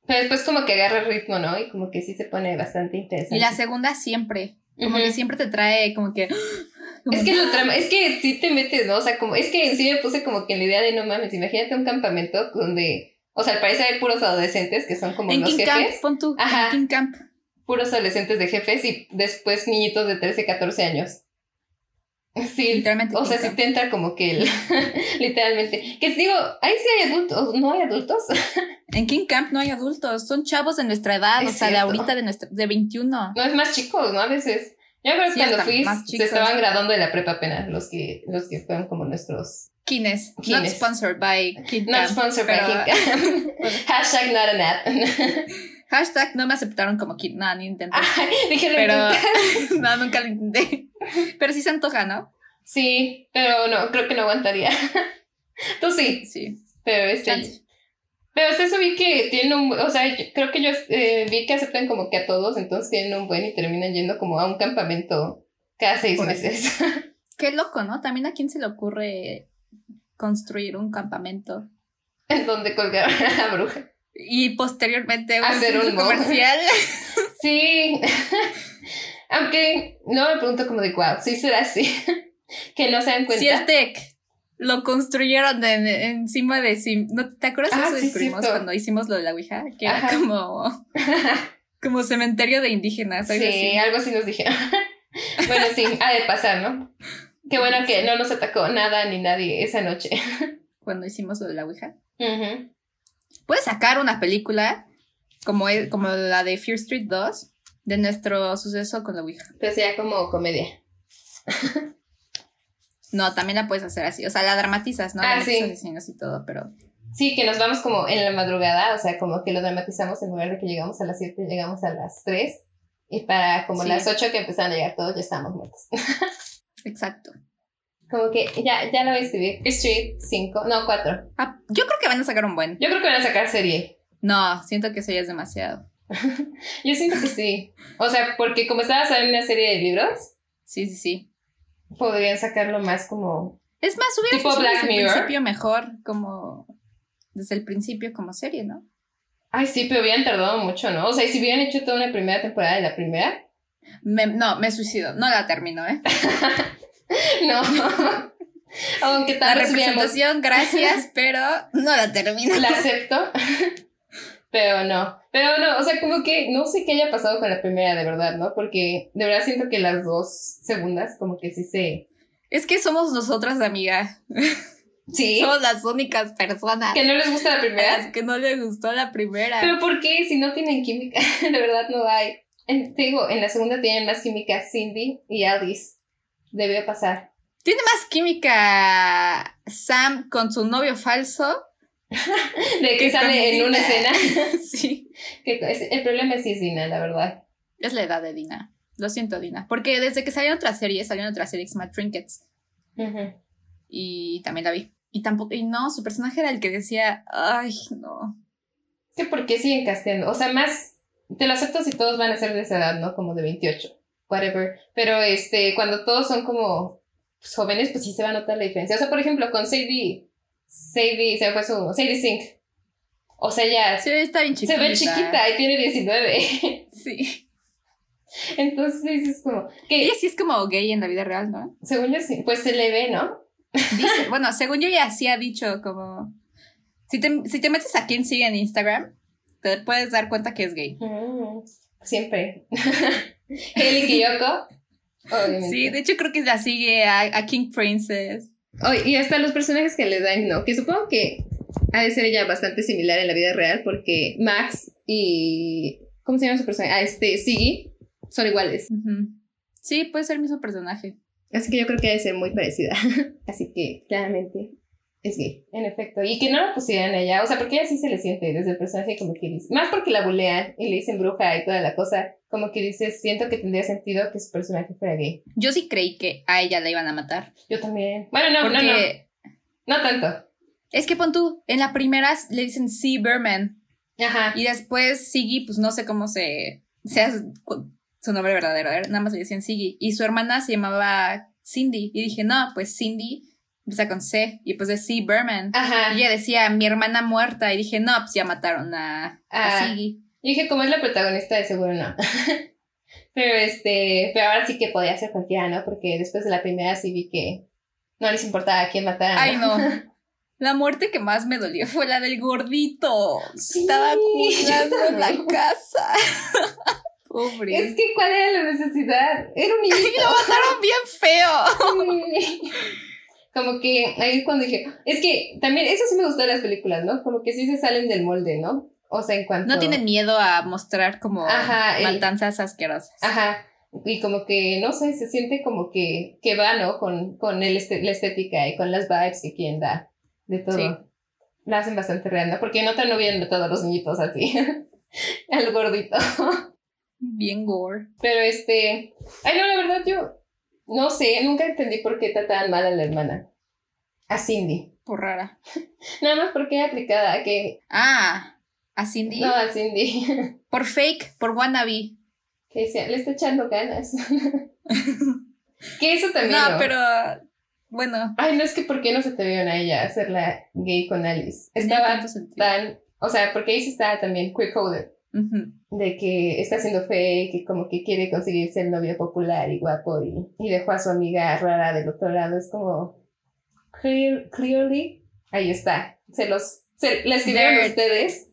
Speaker 1: Pero después como que agarra el ritmo, ¿no? Y como que sí se pone bastante interesante.
Speaker 2: Y la segunda siempre. Como
Speaker 1: Ujú.
Speaker 2: que siempre te trae como que... *gasps* como-
Speaker 1: Es que lo trama, es que sí te metes, ¿no? O sea, como, es que en sí me puse como que en la idea de no mames, imagínate un campamento donde, o sea, al parecer hay puros adolescentes que son como
Speaker 2: en
Speaker 1: los
Speaker 2: King Camp,
Speaker 1: jefes,
Speaker 2: pon tú.
Speaker 1: Ajá.
Speaker 2: En King Camp.
Speaker 1: puros adolescentes de jefes y después niñitos de 13, 14 años. *laughs* Sí,
Speaker 2: Literalmente.
Speaker 1: o sea,
Speaker 2: King
Speaker 1: sí
Speaker 2: Camp.
Speaker 1: te entra como que el, *laughs* literalmente. Que digo, ahí sí hay adultos, ¿no hay adultos? *laughs*
Speaker 2: En King Camp no hay adultos. Son chavos de nuestra edad.
Speaker 1: Es
Speaker 2: o sea, de
Speaker 1: cierto.
Speaker 2: ahorita de, nuestra, de 21.
Speaker 1: No, es más chicos, ¿no? A veces. Yo creo que
Speaker 2: Sí,
Speaker 1: cuando
Speaker 2: hasta
Speaker 1: fui
Speaker 2: más
Speaker 1: se
Speaker 2: chicos.
Speaker 1: estaban graduando de la prepa apenas los que, los que fueron como nuestros
Speaker 2: Kines. Not
Speaker 1: Kines.
Speaker 2: sponsored by King
Speaker 1: Not
Speaker 2: Camp.
Speaker 1: sponsored by
Speaker 2: pero-
Speaker 1: Kink.
Speaker 2: *laughs*
Speaker 1: Hashtag not an ad.
Speaker 2: Hashtag no me aceptaron como King. No, ni intenté.
Speaker 1: Ay, Dije Ah, *laughs* lo
Speaker 2: pero...
Speaker 1: intenté. *laughs*
Speaker 2: *laughs* no, nunca lo intenté. Pero sí se antoja, ¿no?
Speaker 1: Sí, pero no, creo que no aguantaría. *laughs* Tú sí,
Speaker 2: Sí.
Speaker 1: pero este.
Speaker 2: Chance.
Speaker 1: Pero es eso vi que tienen un. O sea, yo- creo que yo eh, vi que aceptan como que a todos, entonces tienen un buen y terminan yendo como a un campamento cada seis
Speaker 2: Por ahí.
Speaker 1: meses. *laughs*
Speaker 2: Qué loco, ¿no? También a quién se le ocurre construir un campamento.
Speaker 1: en donde colgaron a la bruja.
Speaker 2: Y posteriormente
Speaker 1: Hacer
Speaker 2: centro
Speaker 1: un mall.
Speaker 2: comercial.
Speaker 1: Sí. *laughs* Aunque no me pregunto como de wow, sí será así. *laughs* que no se dan cuenta.
Speaker 2: Cieltec. Lo construyeron en- encima de Sim. ¿No te acuerdas
Speaker 1: Ah,
Speaker 2: eso
Speaker 1: sí,
Speaker 2: descubrimos
Speaker 1: cierto.
Speaker 2: cuando hicimos lo de la Ouija? Que
Speaker 1: Ajá. *laughs*
Speaker 2: era como, como cementerio de indígenas.
Speaker 1: Sí,
Speaker 2: algo así.
Speaker 1: algo así nos dijeron. *laughs* bueno, sí, ha de pasar, ¿no? Qué bueno que no nos atacó nada ni nadie esa noche.
Speaker 2: Cuando hicimos lo de la Ouija.
Speaker 1: Ujú.
Speaker 2: Puedes sacar una película como, es- como la de Fear Street 2 de nuestro suceso con la Ouija.
Speaker 1: Pero Pues sería como comedia.
Speaker 2: No, también la puedes hacer así. O sea, la dramatizas, ¿no?
Speaker 1: Ah,
Speaker 2: Le metes
Speaker 1: sí.
Speaker 2: asesinos y todo, pero.
Speaker 1: Sí, que nos vamos como en la madrugada, o sea, como que lo dramatizamos en lugar de que llegamos a las 7, llegamos a las 3. Y para como
Speaker 2: Sí.
Speaker 1: las 8 que empezaron a llegar todos, ya estábamos muertos. *laughs*
Speaker 2: Exacto.
Speaker 1: Como que ya, ya lo voy a escribir. Street 5, no 4.
Speaker 2: Ah, yo creo que van a sacar un buen.
Speaker 1: Yo creo que van a sacar serie.
Speaker 2: No, siento que eso ya es demasiado.
Speaker 1: Yo siento que sí. O sea, porque como estaba en una serie de libros,
Speaker 2: Sí, sí, sí.
Speaker 1: podrían sacarlo más como
Speaker 2: Es más, hubiera
Speaker 1: Tipo
Speaker 2: sido
Speaker 1: Black
Speaker 2: desde el
Speaker 1: Mirror.
Speaker 2: principio mejor, como. Desde el principio, como serie, ¿no?
Speaker 1: Ay, sí, pero hubieran tardado mucho, ¿no? O sea, y si hubieran hecho toda una primera temporada de la primera. *laughs*
Speaker 2: Me- no, me suicido. No la termino, ¿eh?
Speaker 1: No. *laughs* Aunque
Speaker 2: La
Speaker 1: tal vez hubiéramos. *laughs*
Speaker 2: representación, gracias, pero no la termino.
Speaker 1: La acepto. pero no. Pero no, o sea, como que no sé qué haya pasado con la primera, de verdad, ¿no? Porque de verdad siento que las dos segundas, como que sí se.
Speaker 2: Es que somos nosotras, amiga.
Speaker 1: Sí. Ah,
Speaker 2: Somos las únicas personas
Speaker 1: Que no les gusta la
Speaker 2: a
Speaker 1: primera.
Speaker 2: las que no le gustó la primera.
Speaker 1: Pero ¿por qué? Si no tienen química, *laughs* de verdad no hay. En- te digo, en la segunda tienen más química Cindy y Alice. Debió pasar.
Speaker 2: Tiene más química Sam con su novio falso.
Speaker 1: De que
Speaker 2: Que
Speaker 1: sale en una
Speaker 2: con Dina.
Speaker 1: escena.
Speaker 2: *laughs* sí.
Speaker 1: Que es- el problema sí es Dina, la verdad.
Speaker 2: Es la edad de Dina. Lo siento, Dina. Porque desde que salieron otras series, salieron otras series que se llama Trinkets. Y también la vi. Y tampoco, y no, su personaje era el que decía, ay, no.
Speaker 1: Es que ¿por qué siguen casteando? O sea, más, te lo acepto si todos van a ser de esa edad, ¿no? Como de 28, whatever. Pero este, cuando todos son como pues, jóvenes, pues sí se va a notar la diferencia. O sea, por ejemplo, con Sadie, Sadie, se me fue su, Sadie Sink. O sea, ya
Speaker 2: Se ve, está bien chiquita.
Speaker 1: se ve chiquita y tiene 19.
Speaker 2: Sí.
Speaker 1: *laughs* Entonces es como, que
Speaker 2: Ella sí es como gay en la vida real, ¿no?
Speaker 1: según yo, sí, pues se le ve, ¿no?
Speaker 2: *laughs* Dice, bueno, según yo ya sí ha dicho como... Si te, si te metes a quién sigue en Instagram, te puedes dar cuenta que es gay.
Speaker 1: Mm, siempre. *laughs* Hailey Kiyoko. obviamente.
Speaker 2: Sí, de hecho creo que la sigue a, a King Princess.
Speaker 1: Oh, y hasta los personajes que le dan, ¿no? Que supongo que ha de ser ella bastante similar en la vida real porque Max y... ¿Cómo se llama su personaje? Ah, este, Siggy, son iguales.
Speaker 2: Ujú. Sí, puede ser el mismo personaje.
Speaker 1: Así que yo creo que ha de ser muy parecida. *laughs* Así que claramente es gay. En efecto. Y que no la pusieran allá. O sea, porque ella sí se le siente desde el personaje como que dice. Más porque la bulean y le dicen bruja y toda la cosa. Como que dices, siento que tendría sentido que su personaje fuera gay.
Speaker 2: Yo sí creí que a ella la iban a matar.
Speaker 1: Yo también. Bueno, no, no, no.
Speaker 2: porque
Speaker 1: No tanto.
Speaker 2: es que pon tú, en la primera le dicen sí, Berman.
Speaker 1: Ajá.
Speaker 2: Y después Siggy, pues no sé cómo se sea su, cu- su nombre verdadero, ¿eh? nada más le decían Siggy. Y su hermana se llamaba Cindy. Y dije, no, pues Cindy empieza con C y pues es C. Berman.
Speaker 1: Ajá.
Speaker 2: Y ella decía, mi hermana muerta. Y dije, no, pues ya mataron a,
Speaker 1: Ah.
Speaker 2: a Siggy.
Speaker 1: Yo dije, como es la protagonista, de seguro no. *laughs* pero este, pero ahora sí que podía ser cualquiera, ¿no? Porque después de la primera sí vi que no les importaba a quién mataran. *laughs*
Speaker 2: Ay, no. La muerte que más me dolió fue la del gordito.
Speaker 1: Sí,
Speaker 2: Estaba
Speaker 1: yo
Speaker 2: curando
Speaker 1: *laughs*
Speaker 2: la
Speaker 1: también.
Speaker 2: casa. Pobre.
Speaker 1: Es que, ¿cuál era la necesidad? Era un niñito.
Speaker 2: mataron bien feo.
Speaker 1: Sí. *laughs* Como que ahí es cuando dije, es que también eso sí me gustó de las películas, ¿no? Como que sí se salen del molde, ¿no? O sea, en cuanto
Speaker 2: No tienen miedo a mostrar como
Speaker 1: Ajá, el-
Speaker 2: matanzas asquerosas.
Speaker 1: Ajá. Y como que, no sé, se siente como que, que va, ¿no? Con, con el este- la estética y con las vibes que quien da de todo.
Speaker 2: Sí.
Speaker 1: La hacen bastante real, ¿no? Porque en otra no hubieran matado a los niñitos así. *laughs* Al gordito.
Speaker 2: Bien gore.
Speaker 1: Pero este. Ay, no, la verdad yo. No sé, nunca entendí por qué trataban mal a la hermana. A Cindy.
Speaker 2: Por rara.
Speaker 1: Nada más porque era aplicada a que.
Speaker 2: Ah, a Cindy.
Speaker 1: No, a Cindy. *laughs*
Speaker 2: Por fake, por wannabe.
Speaker 1: Que decía, le está echando ganas. *laughs* que eso también.
Speaker 2: No,
Speaker 1: ¿no?
Speaker 2: pero bueno.
Speaker 1: Ay, no es que por qué no se atrevieron a ella a hacerla gay con Alice.
Speaker 2: tenía
Speaker 1: Estaba
Speaker 2: tanto sentido.
Speaker 1: tan. O sea, porque ahí sí estaba también quick holder.
Speaker 2: Ujú.
Speaker 1: De que está haciendo fake y como que quiere conseguirse el novio popular y guapo y, y dejó a su amiga rara del otro lado. Es como. clear- clearly. Ahí está. Se los. Se, la escribieron
Speaker 2: Nerd.
Speaker 1: ustedes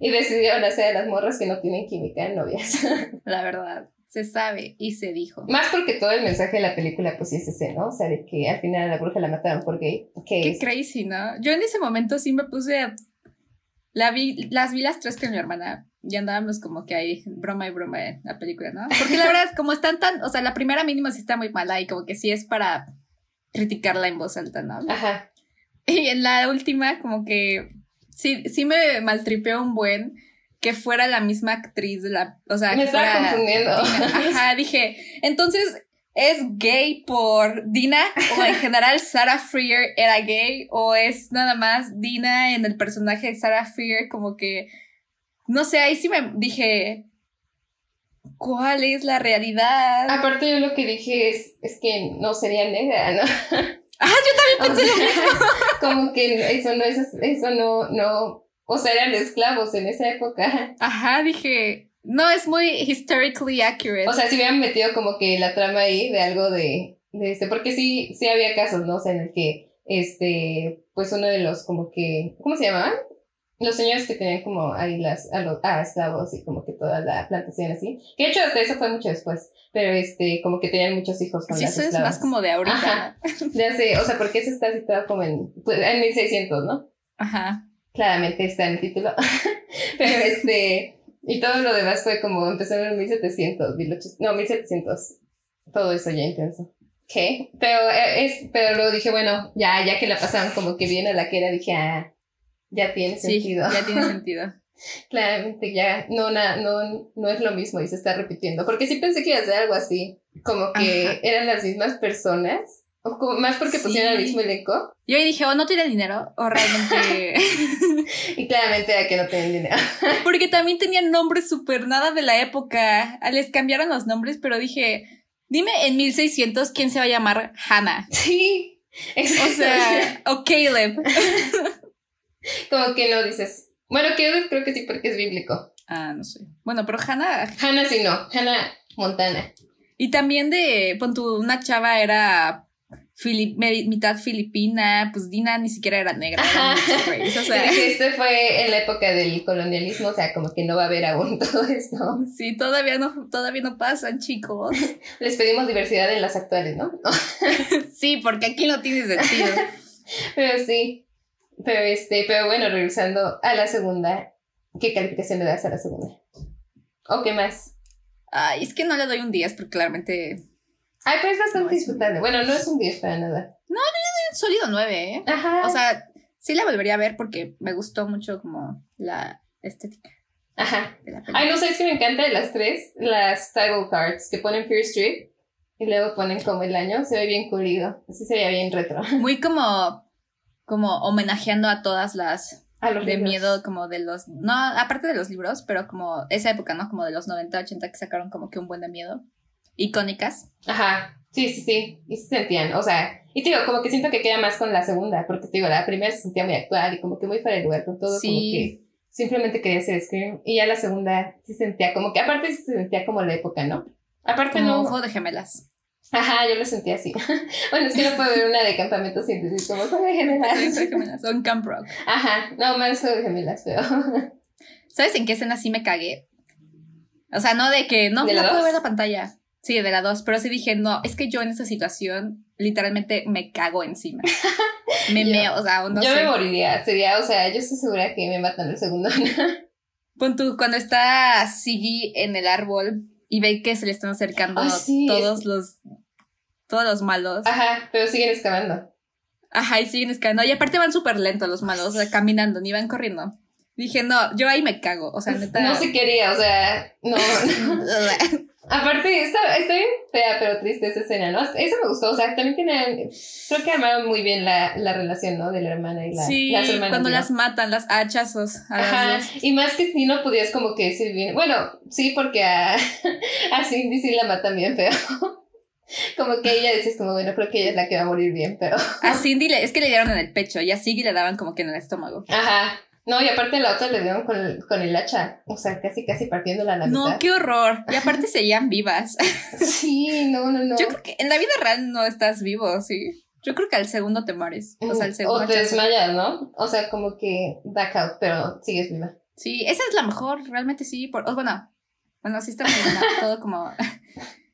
Speaker 1: y decidieron hacer a las morras que no tienen química en novias. *laughs*
Speaker 2: La verdad. Se sabe y se dijo.
Speaker 1: Más porque todo el mensaje de la película, pues sí es ese, ¿no? O sea, de que al final a la bruja la mataron por gay. Que
Speaker 2: Qué
Speaker 1: es-
Speaker 2: crazy, ¿no? Yo en ese momento sí me puse. La vi, las vi las tres con mi hermana y andábamos como que ahí, broma y broma en la película, ¿no?
Speaker 1: *laughs*
Speaker 2: Porque la verdad, como están tan. O sea, la primera mínima sí está muy mala y como que sí es para criticarla en voz alta, ¿no?
Speaker 1: Ajá.
Speaker 2: *laughs* Y en la última, como que sí, sí me maltripeó un buen que fuera la misma actriz de la. O sea,
Speaker 1: Me
Speaker 2: que
Speaker 1: estaba
Speaker 2: fuera.
Speaker 1: confundiendo.
Speaker 2: Ajá, dije. Entonces, ¿es gay por Dina? ¿O en general Sarah Freer era gay? ¿O es nada más Dina en el personaje de Sarah Freer? Como que. No sé, ahí sí me dije. ¿Cuál es la realidad?
Speaker 1: *laughs* Aparte, yo lo que dije es, es que no sería negra,
Speaker 2: *laughs*
Speaker 1: ¿no?
Speaker 2: Ah,
Speaker 1: yo también pensé *laughs* Como que eso no es, eso no, no. O sea, eran esclavos en esa época.
Speaker 2: Ajá, dije. No, es muy historically accurate.
Speaker 1: O sea, si hubieran metido como que la trama ahí de algo de, de este, porque sí, sí había casos, ¿no? O sea, en el que, este, pues uno de los como que, ¿cómo se llamaban? Los señores que tenían como ahí las, a los, a esclavos y como que toda la plantación así. Que de hecho hasta eso fue mucho después, pero este, como que tenían muchos hijos con
Speaker 2: Sí,
Speaker 1: las
Speaker 2: eso es
Speaker 1: esclavas.
Speaker 2: más como de ahorita.
Speaker 1: Ajá.
Speaker 2: ¿no?
Speaker 1: Ya sé, o sea, porque eso está situado como en, pues, en 1600, ¿no? *laughs*
Speaker 2: Ajá.
Speaker 1: Claramente está en el título. *laughs* Pero este, y todo lo demás fue como, empezó en el 1700, 1800, no, 1700. Todo eso ya intenso. ¿Qué? Pero, eh, es, pero luego dije, bueno, ya, ya que la pasaron como que bien a la que era, dije, ah, ya tiene
Speaker 2: *laughs* Sí,
Speaker 1: sentido. *laughs*
Speaker 2: ya tiene sentido.
Speaker 1: Claramente ya, no, na- no, no es lo mismo y se está repitiendo. Porque sí pensé que iba a ser algo así, como que
Speaker 2: Ajá.
Speaker 1: eran las mismas personas, o como- más porque
Speaker 2: Sí.
Speaker 1: pusieron el mismo elenco.
Speaker 2: Yo ahí dije, o no tiene dinero, o realmente. *laughs*
Speaker 1: Y claramente era que no tenían dinero.
Speaker 2: Porque también tenían nombres súper nada de la época. Ah, Les cambiaron los nombres, pero dije, dime en 1600 quién se va a llamar Hannah.
Speaker 1: Sí. *laughs*
Speaker 2: O sea, o Caleb.
Speaker 1: como que no dices. Bueno, que creo que sí porque es bíblico.
Speaker 2: Ah, no sé. Bueno, pero Hannah.
Speaker 1: Hannah sí no, Hannah Montana.
Speaker 2: Y también de. Pon tu, una chava era Filip- me- mitad filipina, pues Dina ni siquiera era negra, era
Speaker 1: Ajá.
Speaker 2: mixed race, o
Speaker 1: *laughs*
Speaker 2: sea,
Speaker 1: Dije, este fue en la época del colonialismo, o sea, como que no va a haber aún *laughs* todo esto.
Speaker 2: sí, todavía no, todavía no pasan, chicos.
Speaker 1: *laughs* Les pedimos diversidad en las actuales, ¿no?
Speaker 2: Sí, porque aquí no tiene sentido.
Speaker 1: Pero sí. Pero este, pero bueno, regresando a la segunda, ¿qué calificación le das a la segunda? ¿O qué más?
Speaker 2: Ay, es que no le doy un 10 porque claramente eh,
Speaker 1: Ay, pero es bastante
Speaker 2: No, es un-
Speaker 1: disfrutable. Bueno, no es un 10 para nada.
Speaker 2: un sólido 9, ¿eh?
Speaker 1: Ajá.
Speaker 2: O sea, sí la volvería a ver porque me gustó mucho como la estética
Speaker 1: Ajá.
Speaker 2: de la película.
Speaker 1: Ay, no sé, es que me encanta de las tres, las title cards que ponen Fear Street y luego ponen como el año. Se ve bien culido. Así sería bien retro. *laughs*
Speaker 2: Muy como como homenajeando a todas las
Speaker 1: A los
Speaker 2: de
Speaker 1: libros.
Speaker 2: miedo como de los no, aparte de los libros, pero como esa época, ¿no? Como de los 90, 80 que sacaron como que un buen de miedo icónicas.
Speaker 1: Ajá. Sí, sí, sí. Y se sentían, o sea. Y te digo, como que siento que queda más con la segunda, porque te digo, la primera se sentía muy actual y como que muy fuera de lugar con todo, como
Speaker 2: Sí.
Speaker 1: que simplemente quería ser Scream. Y ya la segunda sí sentía como que, aparte sí se sentía como la época, ¿no? Aparte
Speaker 2: Como
Speaker 1: no.
Speaker 2: ojo de gemelas.
Speaker 1: Ajá, yo lo sentía así. *laughs* bueno, es que no puedo ver una de campamento sin decir como, "Joder,
Speaker 2: Sí,
Speaker 1: gemelas.
Speaker 2: soy gemelas. Son Camp Rock.
Speaker 1: Ajá, no, más juego de gemelas,
Speaker 2: *laughs*
Speaker 1: pero.
Speaker 2: ¿Sabes en qué escena sí me cagué? O sea, no de que no,
Speaker 1: ¿De la
Speaker 2: no puedo
Speaker 1: dos?
Speaker 2: ver la pantalla. Sí, de la 2, pero sí dije, no, es que yo en esa situación literalmente me
Speaker 1: *laughs*
Speaker 2: cago encima. Me
Speaker 1: Yo-
Speaker 2: meo, o sea, o no
Speaker 1: yo
Speaker 2: sé.
Speaker 1: me moriría, sería, o sea, yo estoy segura que me matan el segundo.
Speaker 2: *laughs* Pon tú, cuando está Siggy en el árbol y ve que se le están acercando
Speaker 1: Ah, sí, Ah.
Speaker 2: todos los todos los malos.
Speaker 1: Ajá, pero siguen excavando.
Speaker 2: Ajá, y siguen escalando. Y aparte van súper lento los malos, o sea, caminando, ni van corriendo. Dije, no, yo ahí me cago, o sea, neta.
Speaker 1: Pues, No *laughs*
Speaker 2: *laughs*
Speaker 1: se quería, o sea, no. no. *laughs* Aparte, está, está bien fea, pero triste esa escena, ¿no? Eso me gustó, o sea, también tienen. Creo que armaron muy bien la, la relación, ¿no? De la hermana y la,
Speaker 2: sí,
Speaker 1: las hermanas.
Speaker 2: cuando
Speaker 1: digo.
Speaker 2: las matan, las hachazos a las
Speaker 1: Ajá,
Speaker 2: dos.
Speaker 1: y más que si no podías como que decir bien. Bueno, sí, porque a, *laughs* a Cindy sí la matan bien feo. *laughs* Como que ella dices como, bueno, creo que ella es la que va a morir bien, pero.
Speaker 2: A Cindy le- es que le dieron en el pecho y a Siggy le daban como que en el estómago.
Speaker 1: Ajá. No, y aparte la otra le dieron con, el- con el hacha. O sea, casi, casi partiéndola a la
Speaker 2: No, *laughs*
Speaker 1: mitad.
Speaker 2: qué horror.
Speaker 1: *laughs*
Speaker 2: Y aparte seguían vivas.
Speaker 1: Sí, no, no, no.
Speaker 2: Yo creo que en la vida real no estás vivo, sí. Yo creo que al segundo te mueres. O sea, al segundo.
Speaker 1: Mm, O te
Speaker 2: hachazo.
Speaker 1: desmayas, ¿no? O sea, como que back out, pero sigues viva.
Speaker 2: Sí, esa es la mejor, realmente sí. Por, oh, bueno, bueno, sí está muy
Speaker 1: *laughs*
Speaker 2: buena. todo como.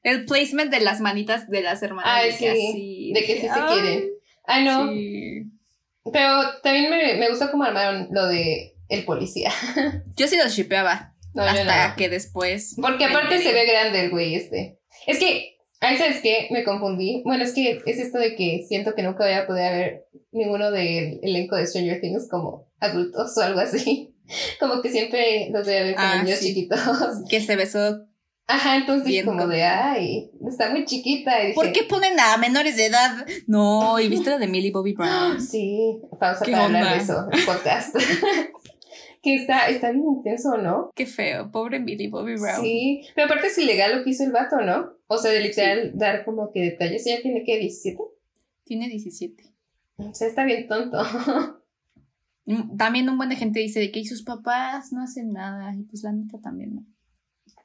Speaker 2: El placement de las manitas de las hermanas.
Speaker 1: Ay,
Speaker 2: de que
Speaker 1: sí,
Speaker 2: así,
Speaker 1: de que sí se
Speaker 2: ay,
Speaker 1: quieren. Ay, no.
Speaker 2: sí.
Speaker 1: Pero también me, me gustó cómo armaron lo de el policía.
Speaker 2: Yo sí los shipeaba.
Speaker 1: No, yo
Speaker 2: hasta
Speaker 1: no.
Speaker 2: que después.
Speaker 1: Porque
Speaker 2: me
Speaker 1: aparte se
Speaker 2: enteré.
Speaker 1: ve grande el güey este. Es que, ahí sabes que me confundí. Bueno, es que es esto de que siento que nunca voy a poder ver ninguno del elenco de Stranger Things como adultos o algo así. *laughs* Como que siempre los voy a ver con
Speaker 2: Ah,
Speaker 1: niños
Speaker 2: sí.
Speaker 1: chiquitos. *laughs*
Speaker 2: Que se besó.
Speaker 1: Ajá, entonces dije
Speaker 2: Bien
Speaker 1: como
Speaker 2: con-
Speaker 1: de, ay, está muy chiquita. Y dije,
Speaker 2: ¿Por qué ponen a menores de edad? No, y viste lo de Millie Bobby Brown.
Speaker 1: Sí, pausa
Speaker 2: ¿Qué
Speaker 1: para
Speaker 2: onda?
Speaker 1: hablar de eso, en podcast. *laughs* que está, está bien intenso, ¿no?
Speaker 2: Qué feo, pobre Millie Bobby Brown.
Speaker 1: Sí, pero aparte es ilegal lo que hizo el vato, ¿no? O sea, de literal dar como que detalles. Ella tiene que 17.
Speaker 2: Tiene 17.
Speaker 1: O sea, está bien tonto. *laughs*
Speaker 2: Mm, También un buen de gente dice de que "Y sus papás no hacen nada. Y pues la neta también no.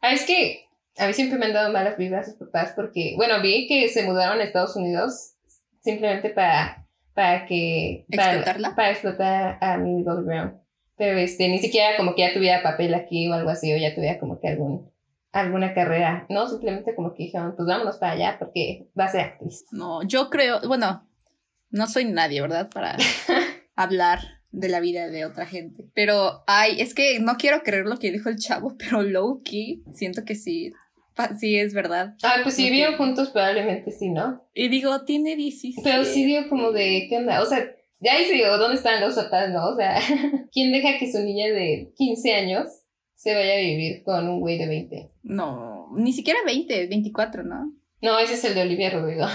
Speaker 1: Ah, es que a mí siempre me han dado malas vibras sus papás porque, bueno, vi que se mudaron a Estados Unidos simplemente para, para que... Para,
Speaker 2: ¿Explotarla?
Speaker 1: Para explotar a mi Bobby Brown. Pero este, ni siquiera como que ya tuviera papel aquí o algo así, o ya tuviera como que algún alguna carrera. No, simplemente como que dijeron, pues vámonos para allá porque va a ser actriz.
Speaker 2: No, yo creo, bueno, no soy nadie,
Speaker 1: *laughs*
Speaker 2: ¿verdad? Para hablar de la vida de otra gente. Pero, ay, es que no quiero creer lo que dijo el chavo, *laughs* pero low key, siento que sí, pa- sí es verdad.
Speaker 1: Ah, pues si
Speaker 2: Ok.
Speaker 1: vieron juntos probablemente sí, ¿no?
Speaker 2: Y digo, tiene 17.
Speaker 1: Pero sí digo como de, ¿qué onda? O sea, ya ahí sí digo, ¿dónde están los papás, no? O sea, *laughs* ¿quién deja que su niña de 15 años se vaya a vivir con un güey de 20?
Speaker 2: No, ni siquiera 20, 24, ¿no?
Speaker 1: No, ese es el de Olivia Rodrigo.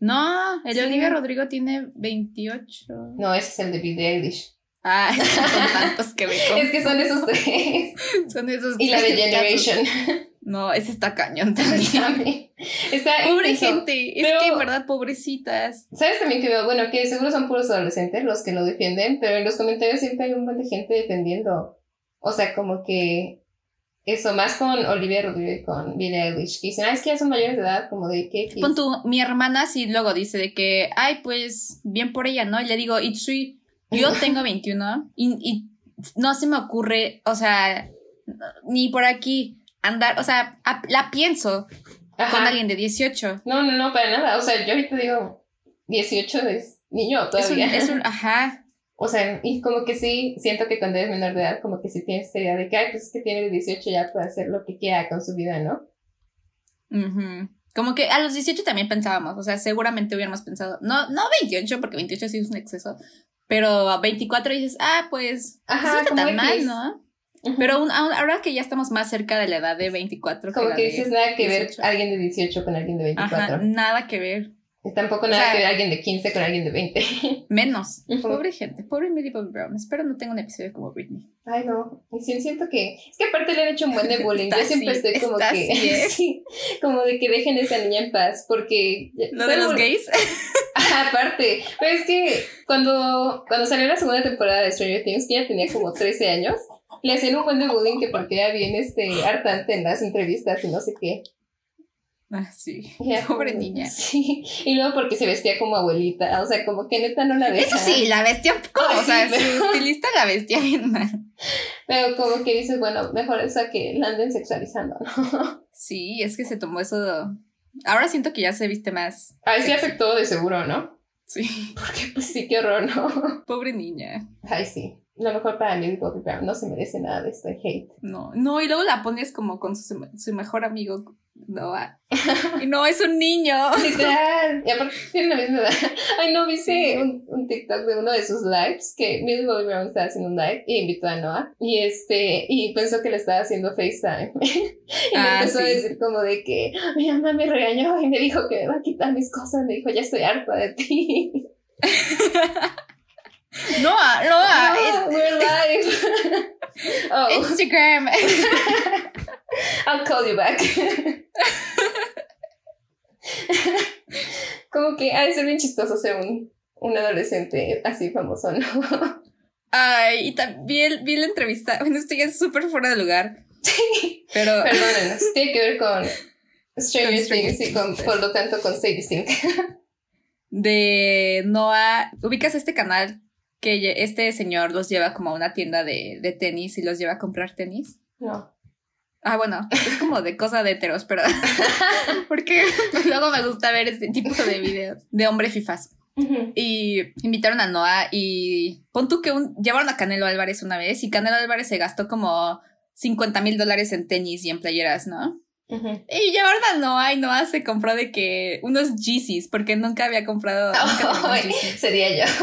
Speaker 2: No, el
Speaker 1: Sí.
Speaker 2: Olivia Rodrigo tiene 28.
Speaker 1: No, ese es el de Billie Eilish. *laughs*
Speaker 2: Ah, son tantos que me
Speaker 1: Es que son esos tres.
Speaker 2: *laughs* confundo. Son esos
Speaker 1: Y la de
Speaker 2: tres casos.
Speaker 1: Generation. *laughs*
Speaker 2: No, ese está cañón también.
Speaker 1: También. Está
Speaker 2: Pobre
Speaker 1: intenso.
Speaker 2: gente, es
Speaker 1: Pero-
Speaker 2: que en verdad, pobrecitas.
Speaker 1: ¿Sabes también que veo? Bueno, que seguro son puros adolescentes los que lo defienden, pero en los comentarios siempre hay un montón de gente defendiendo. O sea, como que Eso, más con Olivia Rodrigo y con Billie Eilish. Que dicen, ah, es que ya son mayores de edad, como de qué. qué
Speaker 2: Pon tú, mi hermana sí luego dice de que, ay, pues, bien por ella, ¿no? Y le digo, Itzui,
Speaker 1: *laughs*
Speaker 2: yo tengo 21 y, y no se me ocurre, o sea, ni por aquí andar, o sea, a- la pienso
Speaker 1: Ajá.
Speaker 2: con alguien de 18.
Speaker 1: No, no, no, para nada. O sea, yo ahorita digo, 18 es niño
Speaker 2: Es un,
Speaker 1: todavía.
Speaker 2: es un- ajá,
Speaker 1: *laughs* O sea, y como que sí, siento que cuando eres menor de edad, como que sí tienes esa idea de que, ay, pues es que tiene 18 ya puede hacer lo que quiera con su vida, ¿no?
Speaker 2: ujú. Como que a los 18 también pensábamos, o sea, seguramente hubiéramos pensado, no, no 28, porque 28 sí es un exceso, pero a 24 dices, ah, pues, pues
Speaker 1: Ajá,
Speaker 2: no está
Speaker 1: como
Speaker 2: tan mal,
Speaker 1: X.
Speaker 2: ¿no?
Speaker 1: Ujú.
Speaker 2: Pero aún- aún- ahora que ya estamos más cerca de la edad de 24,
Speaker 1: como
Speaker 2: la
Speaker 1: que
Speaker 2: de-
Speaker 1: dices nada que ver
Speaker 2: 18.
Speaker 1: alguien de 18 con alguien de 24.
Speaker 2: Ajá, nada que ver,
Speaker 1: Y Tampoco
Speaker 2: O
Speaker 1: nada
Speaker 2: sea-
Speaker 1: que ver alguien de 15 con alguien de 20.
Speaker 2: menos.
Speaker 1: Ujú.
Speaker 2: Pobre gente, pobre Millie Bobby Brown, espero no tenga un episodio como Britney.
Speaker 1: *laughs* Ay, no. Y sí, siento que. Es que aparte le han hecho un buen *laughs* de bullying.
Speaker 2: Está
Speaker 1: Yo siempre
Speaker 2: así,
Speaker 1: estoy como
Speaker 2: está
Speaker 1: que.
Speaker 2: así,
Speaker 1: *laughs*
Speaker 2: ¿eh?
Speaker 1: sí, como de que dejen a esa niña en paz. Porque.
Speaker 2: ¿Lo
Speaker 1: fue
Speaker 2: de los
Speaker 1: bu-
Speaker 2: gays?
Speaker 1: Ajá, aparte. Pero es que cuando, cuando salió la segunda temporada de Stranger Things, que ella tenía como 13 años, le hacían un buen de bullying que porque era bien este, hartante en las entrevistas y no sé qué.
Speaker 2: Ah, sí.
Speaker 1: Y era
Speaker 2: Pobre
Speaker 1: como-
Speaker 2: niña.
Speaker 1: *laughs* Sí. Y luego porque se vestía como abuelita. O sea, como que neta no la deja.
Speaker 2: Eso sí, la bestia un poco.
Speaker 1: Ay,
Speaker 2: o sea,
Speaker 1: Ah, sí,
Speaker 2: su estilista la bestia bien mal.
Speaker 1: Pero como que dices, bueno, mejor eso a que la anden sexualizando, ¿no?
Speaker 2: Sí, es que se tomó eso. de- Ahora siento que ya se viste más. *laughs*
Speaker 1: Ay, sí afectó de seguro, ¿no? *laughs*
Speaker 2: Sí.
Speaker 1: Porque pues sí, qué horror, ¿no? *laughs*
Speaker 2: Pobre niña.
Speaker 1: Ay, sí. Lo mejor para Lily Bobby Brown no se merece nada de este
Speaker 2: *laughs*
Speaker 1: hate.
Speaker 2: No, no, y luego la pones como con su, su mejor amigo. No, ah. y no, es un *laughs* niño.
Speaker 1: Literal. Y aparte tiene la misma edad. *laughs* Ay, no, viste un, un TikTok de uno de sus lives que Millie Bobby Brown estaba haciendo un live y invitó a Noah. Y este, y pensó que le estaba haciendo FaceTime. *laughs* y le
Speaker 2: Ah,
Speaker 1: empezó a
Speaker 2: sí.
Speaker 1: decir como de que mi mamá me regañó y me dijo que me va a quitar mis cosas. Me dijo, ya estoy harta de ti.
Speaker 2: No, ah, no, ah,
Speaker 1: Ah, we're live. *laughs*
Speaker 2: es-
Speaker 1: oh,
Speaker 2: Instagram.
Speaker 1: I'll call you back. Como que ha de ser bien chistoso ser un, un adolescente así famoso, ¿no?
Speaker 2: *laughs* Ay, y también vi la entrevista. *laughs* Bueno, estoy ya súper fuera de lugar. Pero.
Speaker 1: Perdónenos, tiene que ver con Stranger
Speaker 2: Con Stranger
Speaker 1: Things y con,
Speaker 2: Things.
Speaker 1: por lo tanto con Sadie Sink.
Speaker 2: de Noah. ¿Ubicas este canal que lle- este señor los lleva como a una tienda de, de tenis y los lleva a comprar tenis?
Speaker 1: No.
Speaker 2: Ah, bueno, es como de cosa de heteros, pero. *laughs* Porque *laughs* luego me gusta ver este tipo de videos de hombre fifas. Y invitaron a Noah y pon tú que un, llevaron a Canelo Álvarez una vez y Canelo Álvarez se gastó como 50 mil dólares en tenis y en playeras, ¿no?
Speaker 1: Ujú.
Speaker 2: Y llevaron a Noah y Noah se compró de que unos Yeezys porque nunca había comprado. nunca tenía
Speaker 1: *laughs*
Speaker 2: unos
Speaker 1: Ay,
Speaker 2: Yeezys.
Speaker 1: sería yo.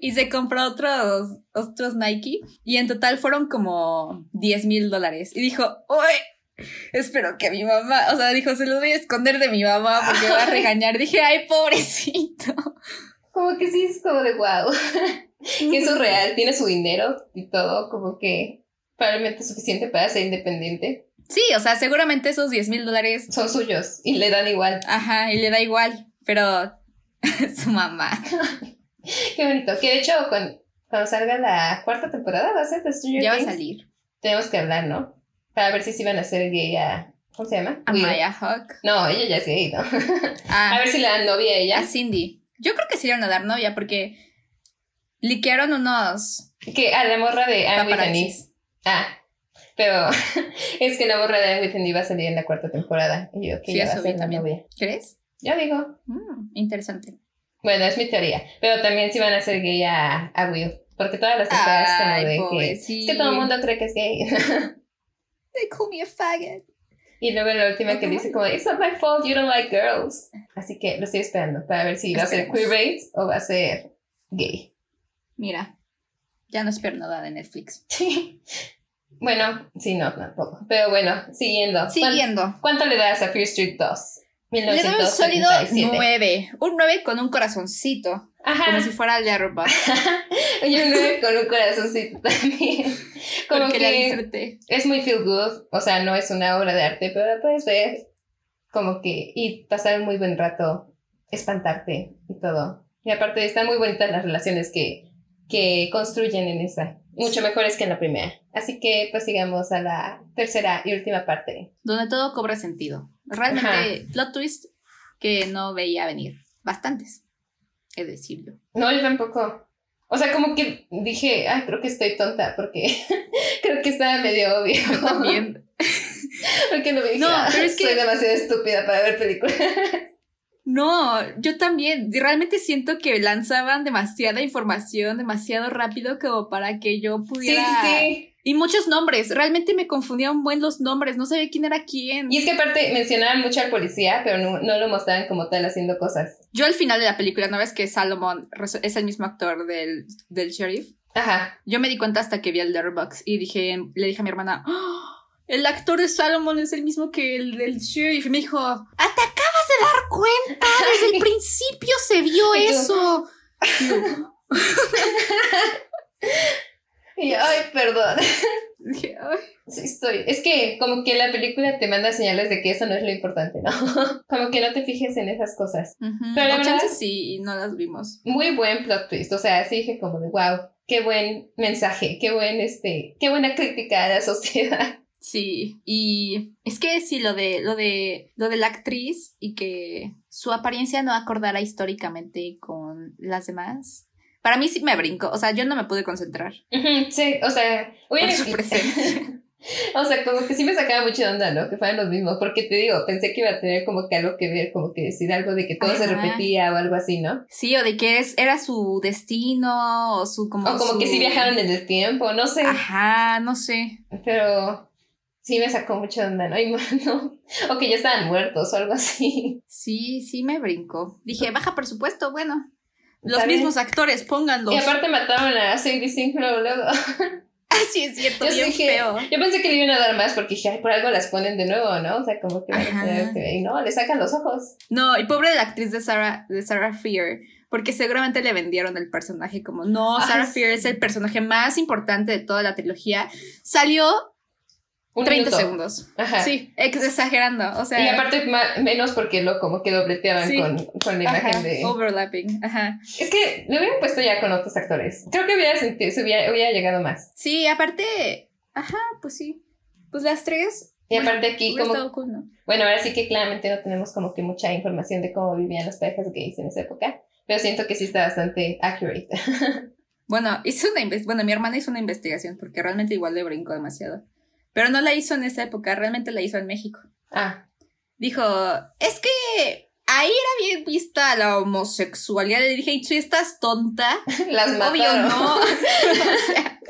Speaker 2: Y se compró otros, otros Nike y en total fueron como 10 mil dólares. Y dijo, uy, espero que mi mamá, o sea, dijo, se los voy a esconder de mi mamá porque
Speaker 1: *laughs*
Speaker 2: me va a regañar. Dije, ay, pobrecito.
Speaker 1: Como que sí, es como de wow. Que eso es real, tiene su dinero y todo, como que probablemente es suficiente para ser independiente.
Speaker 2: Sí, o sea, seguramente esos 10 mil dólares,
Speaker 1: son suyos y le dan igual.
Speaker 2: ajá, y le da igual, pero *laughs* su mamá.
Speaker 1: Qué bonito. Que de hecho, cuando, cuando salga la cuarta temporada, va a ser de Stranger
Speaker 2: Ya va a
Speaker 1: Things.
Speaker 2: salir.
Speaker 1: Tenemos que hablar, ¿no? Para ver si se iban a hacer gay a. ¿Cómo se llama?
Speaker 2: A
Speaker 1: Will.
Speaker 2: Maya Hawk.
Speaker 1: No, ella ya es gay, ¿no? *laughs* A
Speaker 2: Ah,
Speaker 1: ver si le dan novia a
Speaker 2: a
Speaker 1: ella.
Speaker 2: Cindy. Yo creo que sí le van a dar novia porque liquearon unos
Speaker 1: Que a la morra de Anne Whitney.
Speaker 2: paparazzis.
Speaker 1: Ah, pero *laughs* es que la morra de Anne Whitney va a salir en la cuarta temporada. Y yo, que
Speaker 2: Sí,
Speaker 1: ella va a
Speaker 2: eso vi
Speaker 1: ser la
Speaker 2: también.
Speaker 1: novia.
Speaker 2: ¿Crees?
Speaker 1: Yo digo.
Speaker 2: Mm, interesante.
Speaker 1: Bueno, es mi teoría. Pero también se van a hacer gay a, a Will. Porque todas las temporadas como de
Speaker 2: Ay,
Speaker 1: que. Es
Speaker 2: pobrecito.
Speaker 1: que todo el mundo cree que es gay.
Speaker 2: They call me a faggot.
Speaker 1: Y luego la última que
Speaker 2: Ok.
Speaker 1: dice como, it's not my fault, you don't like girls. Así que lo estoy esperando para ver si va a ser
Speaker 2: Esperemos.
Speaker 1: queerbait o va a ser gay. *laughs*
Speaker 2: Mira, ya no espero nada de Netflix.
Speaker 1: bueno, sí, no, tampoco. Pero bueno, siguiendo. ¿Cuán-
Speaker 2: Siguiendo.
Speaker 1: ¿Cuánto le das a Fear Street 2?
Speaker 2: Le doy un sólido
Speaker 1: 1977.
Speaker 2: 9. Un 9 con un corazoncito. Como si
Speaker 1: *laughs* Ajá.
Speaker 2: fuera el de Arroba.
Speaker 1: Y un 9 con un corazoncito también. Como
Speaker 2: Porque la
Speaker 1: que
Speaker 2: disfruté.
Speaker 1: es muy feel good. O sea, no es una obra de arte, pero la puedes ver como que y pasar un muy buen rato, espantarte y todo. Y aparte están muy bonitas las relaciones que que construyen en esa. Mucho mejores que en la primera. Así que pues sigamos a la tercera y última parte.
Speaker 2: Donde todo cobra sentido. Realmente, plot twist que no veía venir. Bastantes. Es decir, yo.
Speaker 1: *laughs* No, yo tampoco. O sea, como que dije, ah, creo que estoy tonta porque *laughs* creo que estaba medio obvio. *laughs*
Speaker 2: Yo también.
Speaker 1: Porque lo dije,
Speaker 2: No,
Speaker 1: "Ah,
Speaker 2: pero es que-
Speaker 1: soy demasiado estúpida para ver películas.
Speaker 2: No, yo también. Realmente siento que lanzaban demasiada información demasiado rápido como para que yo
Speaker 1: Sí, sí,
Speaker 2: pudiera.
Speaker 1: sí.
Speaker 2: Y muchos nombres. Realmente me confundían buen los nombres. No sabía quién era quién.
Speaker 1: Y es que aparte mencionaban mucho al policía, pero no, no lo mostraban como tal haciendo cosas.
Speaker 2: Yo al final de la película, ¿no ves que Salomón resu- es el mismo actor del, del sheriff?
Speaker 1: Ajá. *laughs*
Speaker 2: Yo me di cuenta hasta que vi el Letterboxd y dije, le dije a mi hermana, "¡Ah! el actor de Salomón es el mismo que el del sheriff. Y me dijo, ¡Ah, te acabas de dar cuenta!
Speaker 1: *laughs*
Speaker 2: Desde el principio se vio
Speaker 1: Y yo-
Speaker 2: eso. Y yo,
Speaker 1: Y yo, ay, perdón.
Speaker 2: dije, "Ay".
Speaker 1: Sí, estoy. Es que como que la película te manda señales de que eso no es lo importante, ¿no? *laughs* Como que no te fijes en esas cosas.
Speaker 2: Ujú.
Speaker 1: Pero la
Speaker 2: O
Speaker 1: verdad-
Speaker 2: chance sí, y no las vimos.
Speaker 1: Muy buen plot twist. O sea, sí dije como de wow, qué buen mensaje, qué buen este, qué buena crítica a la *laughs* sociedad.
Speaker 2: Sí, y es que sí, lo de, lo de, lo de la actriz y que su apariencia no acordara históricamente con las demás. Para mí sí me brinco, o sea, yo no me pude concentrar
Speaker 1: Ujú, sí, o sea, *laughs*
Speaker 2: por
Speaker 1: hubiera
Speaker 2: su presencia.
Speaker 1: O sea, como que sí me sacaba mucho de onda, ¿no? Que fueran los mismos, porque te digo, pensé que iba a tener como que algo que ver, como que decir algo de que todo se
Speaker 2: Ajá.
Speaker 1: repetía o algo así, ¿no?
Speaker 2: Sí, o de que es, era su destino o su como
Speaker 1: O como
Speaker 2: su-
Speaker 1: que sí viajaron en el tiempo, no sé.
Speaker 2: Ah. Ajá, no sé.
Speaker 1: Pero sí me sacó mucho de onda, ¿no? *laughs* Y bueno, o que ya estaban muertos o algo así.
Speaker 2: Sí, sí me brincó. Dije, baja presupuesto, bueno. Los
Speaker 1: Está bien.
Speaker 2: mismos actores, pónganlos. *laughs*
Speaker 1: Y aparte mataron a Sadie Sink luego, luego. *laughs*
Speaker 2: Así es cierto,
Speaker 1: Yo
Speaker 2: bien
Speaker 1: dije-
Speaker 2: feo.
Speaker 1: Yo pensé que le iban a dar más porque dije, ay, por algo las ponen de nuevo, ¿no? O sea, como que van a
Speaker 2: Ajá.
Speaker 1: tener que ver. Y no, le sacan los ojos.
Speaker 2: No, y pobre de la actriz de Sarah, de Sarah Fear, porque seguramente le vendieron el personaje como, no,
Speaker 1: Ay,
Speaker 2: Sarah
Speaker 1: sí.
Speaker 2: Fear es el personaje más importante de toda la trilogía. Salió
Speaker 1: Un
Speaker 2: 30
Speaker 1: minuto.
Speaker 2: segundos.
Speaker 1: Ajá.
Speaker 2: Sí, ex- exagerando, o sea...
Speaker 1: Y aparte ma- menos porque lo como que dobleteaban
Speaker 2: Sí.
Speaker 1: con, con la imagen
Speaker 2: ajá,
Speaker 1: de...
Speaker 2: overlapping, ajá.
Speaker 1: Es que lo hubieran puesto ya con otros actores. Creo que hubiera, sentido, se hubiera, hubiera llegado más.
Speaker 2: Sí, aparte, ajá, pues sí. Pues las tres.
Speaker 1: Y aparte aquí
Speaker 2: hubiera
Speaker 1: como...
Speaker 2: estado cool, ¿no?
Speaker 1: Bueno, ahora sí que claramente no tenemos como que mucha información de cómo vivían las parejas gays en esa época. Pero siento que sí está bastante accurate. *laughs*
Speaker 2: Bueno, hizo una inves- bueno, mi hermana hizo una investigación porque realmente igual le brincó demasiado. Pero no la hizo en esa época, realmente la hizo en México.
Speaker 1: Ah,
Speaker 2: Dijo, es que ahí era bien vista la homosexualidad. Le dije, ¿y tú estás tonta?
Speaker 1: *laughs* las mataron.
Speaker 2: Obvio no. *laughs* O sea,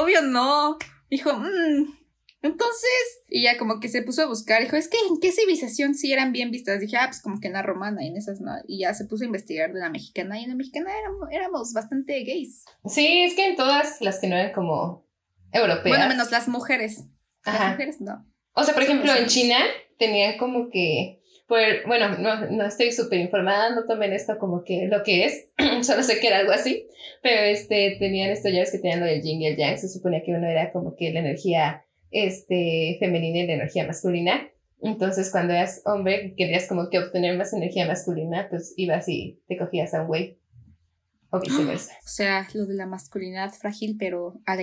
Speaker 2: obvio no. Dijo, "Mm, entonces, y ya como que se puso a buscar, dijo, es que en qué civilización sí eran bien vistas. Dije, ah, pues como que en la romana y en esas no. Y ya se puso a investigar de la mexicana y en la mexicana éramos, éramos bastante gays.
Speaker 1: Sí, es que en todas las que no eran como europeas.
Speaker 2: Bueno, menos las mujeres. Las
Speaker 1: Ajá.
Speaker 2: mujeres no.
Speaker 1: O sea, por ejemplo, en
Speaker 2: Sí.
Speaker 1: China tenían como que. Por, bueno, no, no estoy súper informada, no tomen esto como que lo que es, *clears throat* solo sé que era algo así, pero este, tenían esto, ya ves que tenían lo del yin y el yang, se suponía que uno era como que la energía este, femenina y la energía masculina, entonces cuando eras hombre y querías como que obtener más energía masculina, pues ibas y te cogías a un güey,
Speaker 2: *gasps*
Speaker 1: o viceversa. *laughs*
Speaker 2: O sea, lo de la masculinidad frágil, pero a la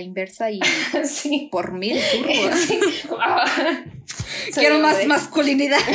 Speaker 1: *laughs*
Speaker 2: inversa y
Speaker 1: sí.
Speaker 2: por mil *laughs*
Speaker 1: *laughs*
Speaker 2: turbos.
Speaker 1: Sí. Ah. Soy
Speaker 2: Quiero más
Speaker 1: hombre.
Speaker 2: masculinidad.
Speaker 1: *laughs*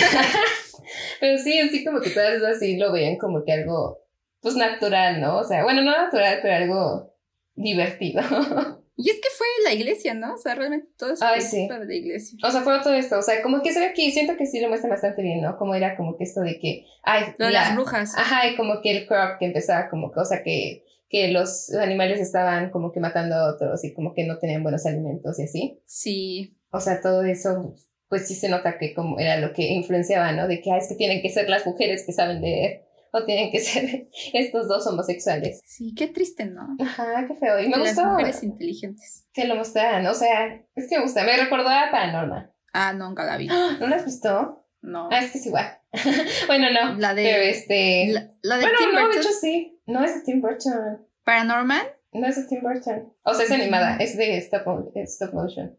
Speaker 1: Pero sí, así como que todas esas sí lo veían como que algo, pues natural, ¿no? O sea, bueno, no natural, pero algo divertido. *laughs*
Speaker 2: Y es que fue la iglesia, ¿no? O sea, realmente todo es
Speaker 1: Ay,
Speaker 2: por
Speaker 1: sí.
Speaker 2: culpa de la iglesia.
Speaker 1: o sea, fue todo esto. O sea, como que se ve aquí, siento que sí lo muestra bastante bien, ¿no? Como era como que esto de que, ay,
Speaker 2: Lo de
Speaker 1: la-
Speaker 2: las brujas.
Speaker 1: Ajá, y como que el crop que empezaba como que, o sea, que, que los animales estaban como que matando a otros y como que no tenían buenos alimentos y así.
Speaker 2: Sí.
Speaker 1: O sea, todo eso, pues sí se nota que como era lo que influenciaba, ¿no? De que, ah, es que tienen que ser las mujeres que saben leer *laughs* o tienen que ser estos dos homosexuales.
Speaker 2: Sí, qué triste, ¿no?
Speaker 1: Ajá, qué feo. Y me
Speaker 2: las
Speaker 1: gustó
Speaker 2: mujeres inteligentes.
Speaker 1: que lo mostraran. O sea, es que me gusta. Me recordó a Paranormal.
Speaker 2: Ah, nunca la vi.
Speaker 1: ¿No las gustó?
Speaker 2: No.
Speaker 1: Ah, es que es igual. *laughs* bueno, no.
Speaker 2: La de-
Speaker 1: Pero este.
Speaker 2: La, la de
Speaker 1: Bueno,
Speaker 2: Tim
Speaker 1: no,
Speaker 2: Burton,
Speaker 1: de hecho sí. No es de Tim Burton.
Speaker 2: Paranormal.
Speaker 1: No es de Tim Burton. O sea, es animada. Es de stop, mo- eh, stop motion.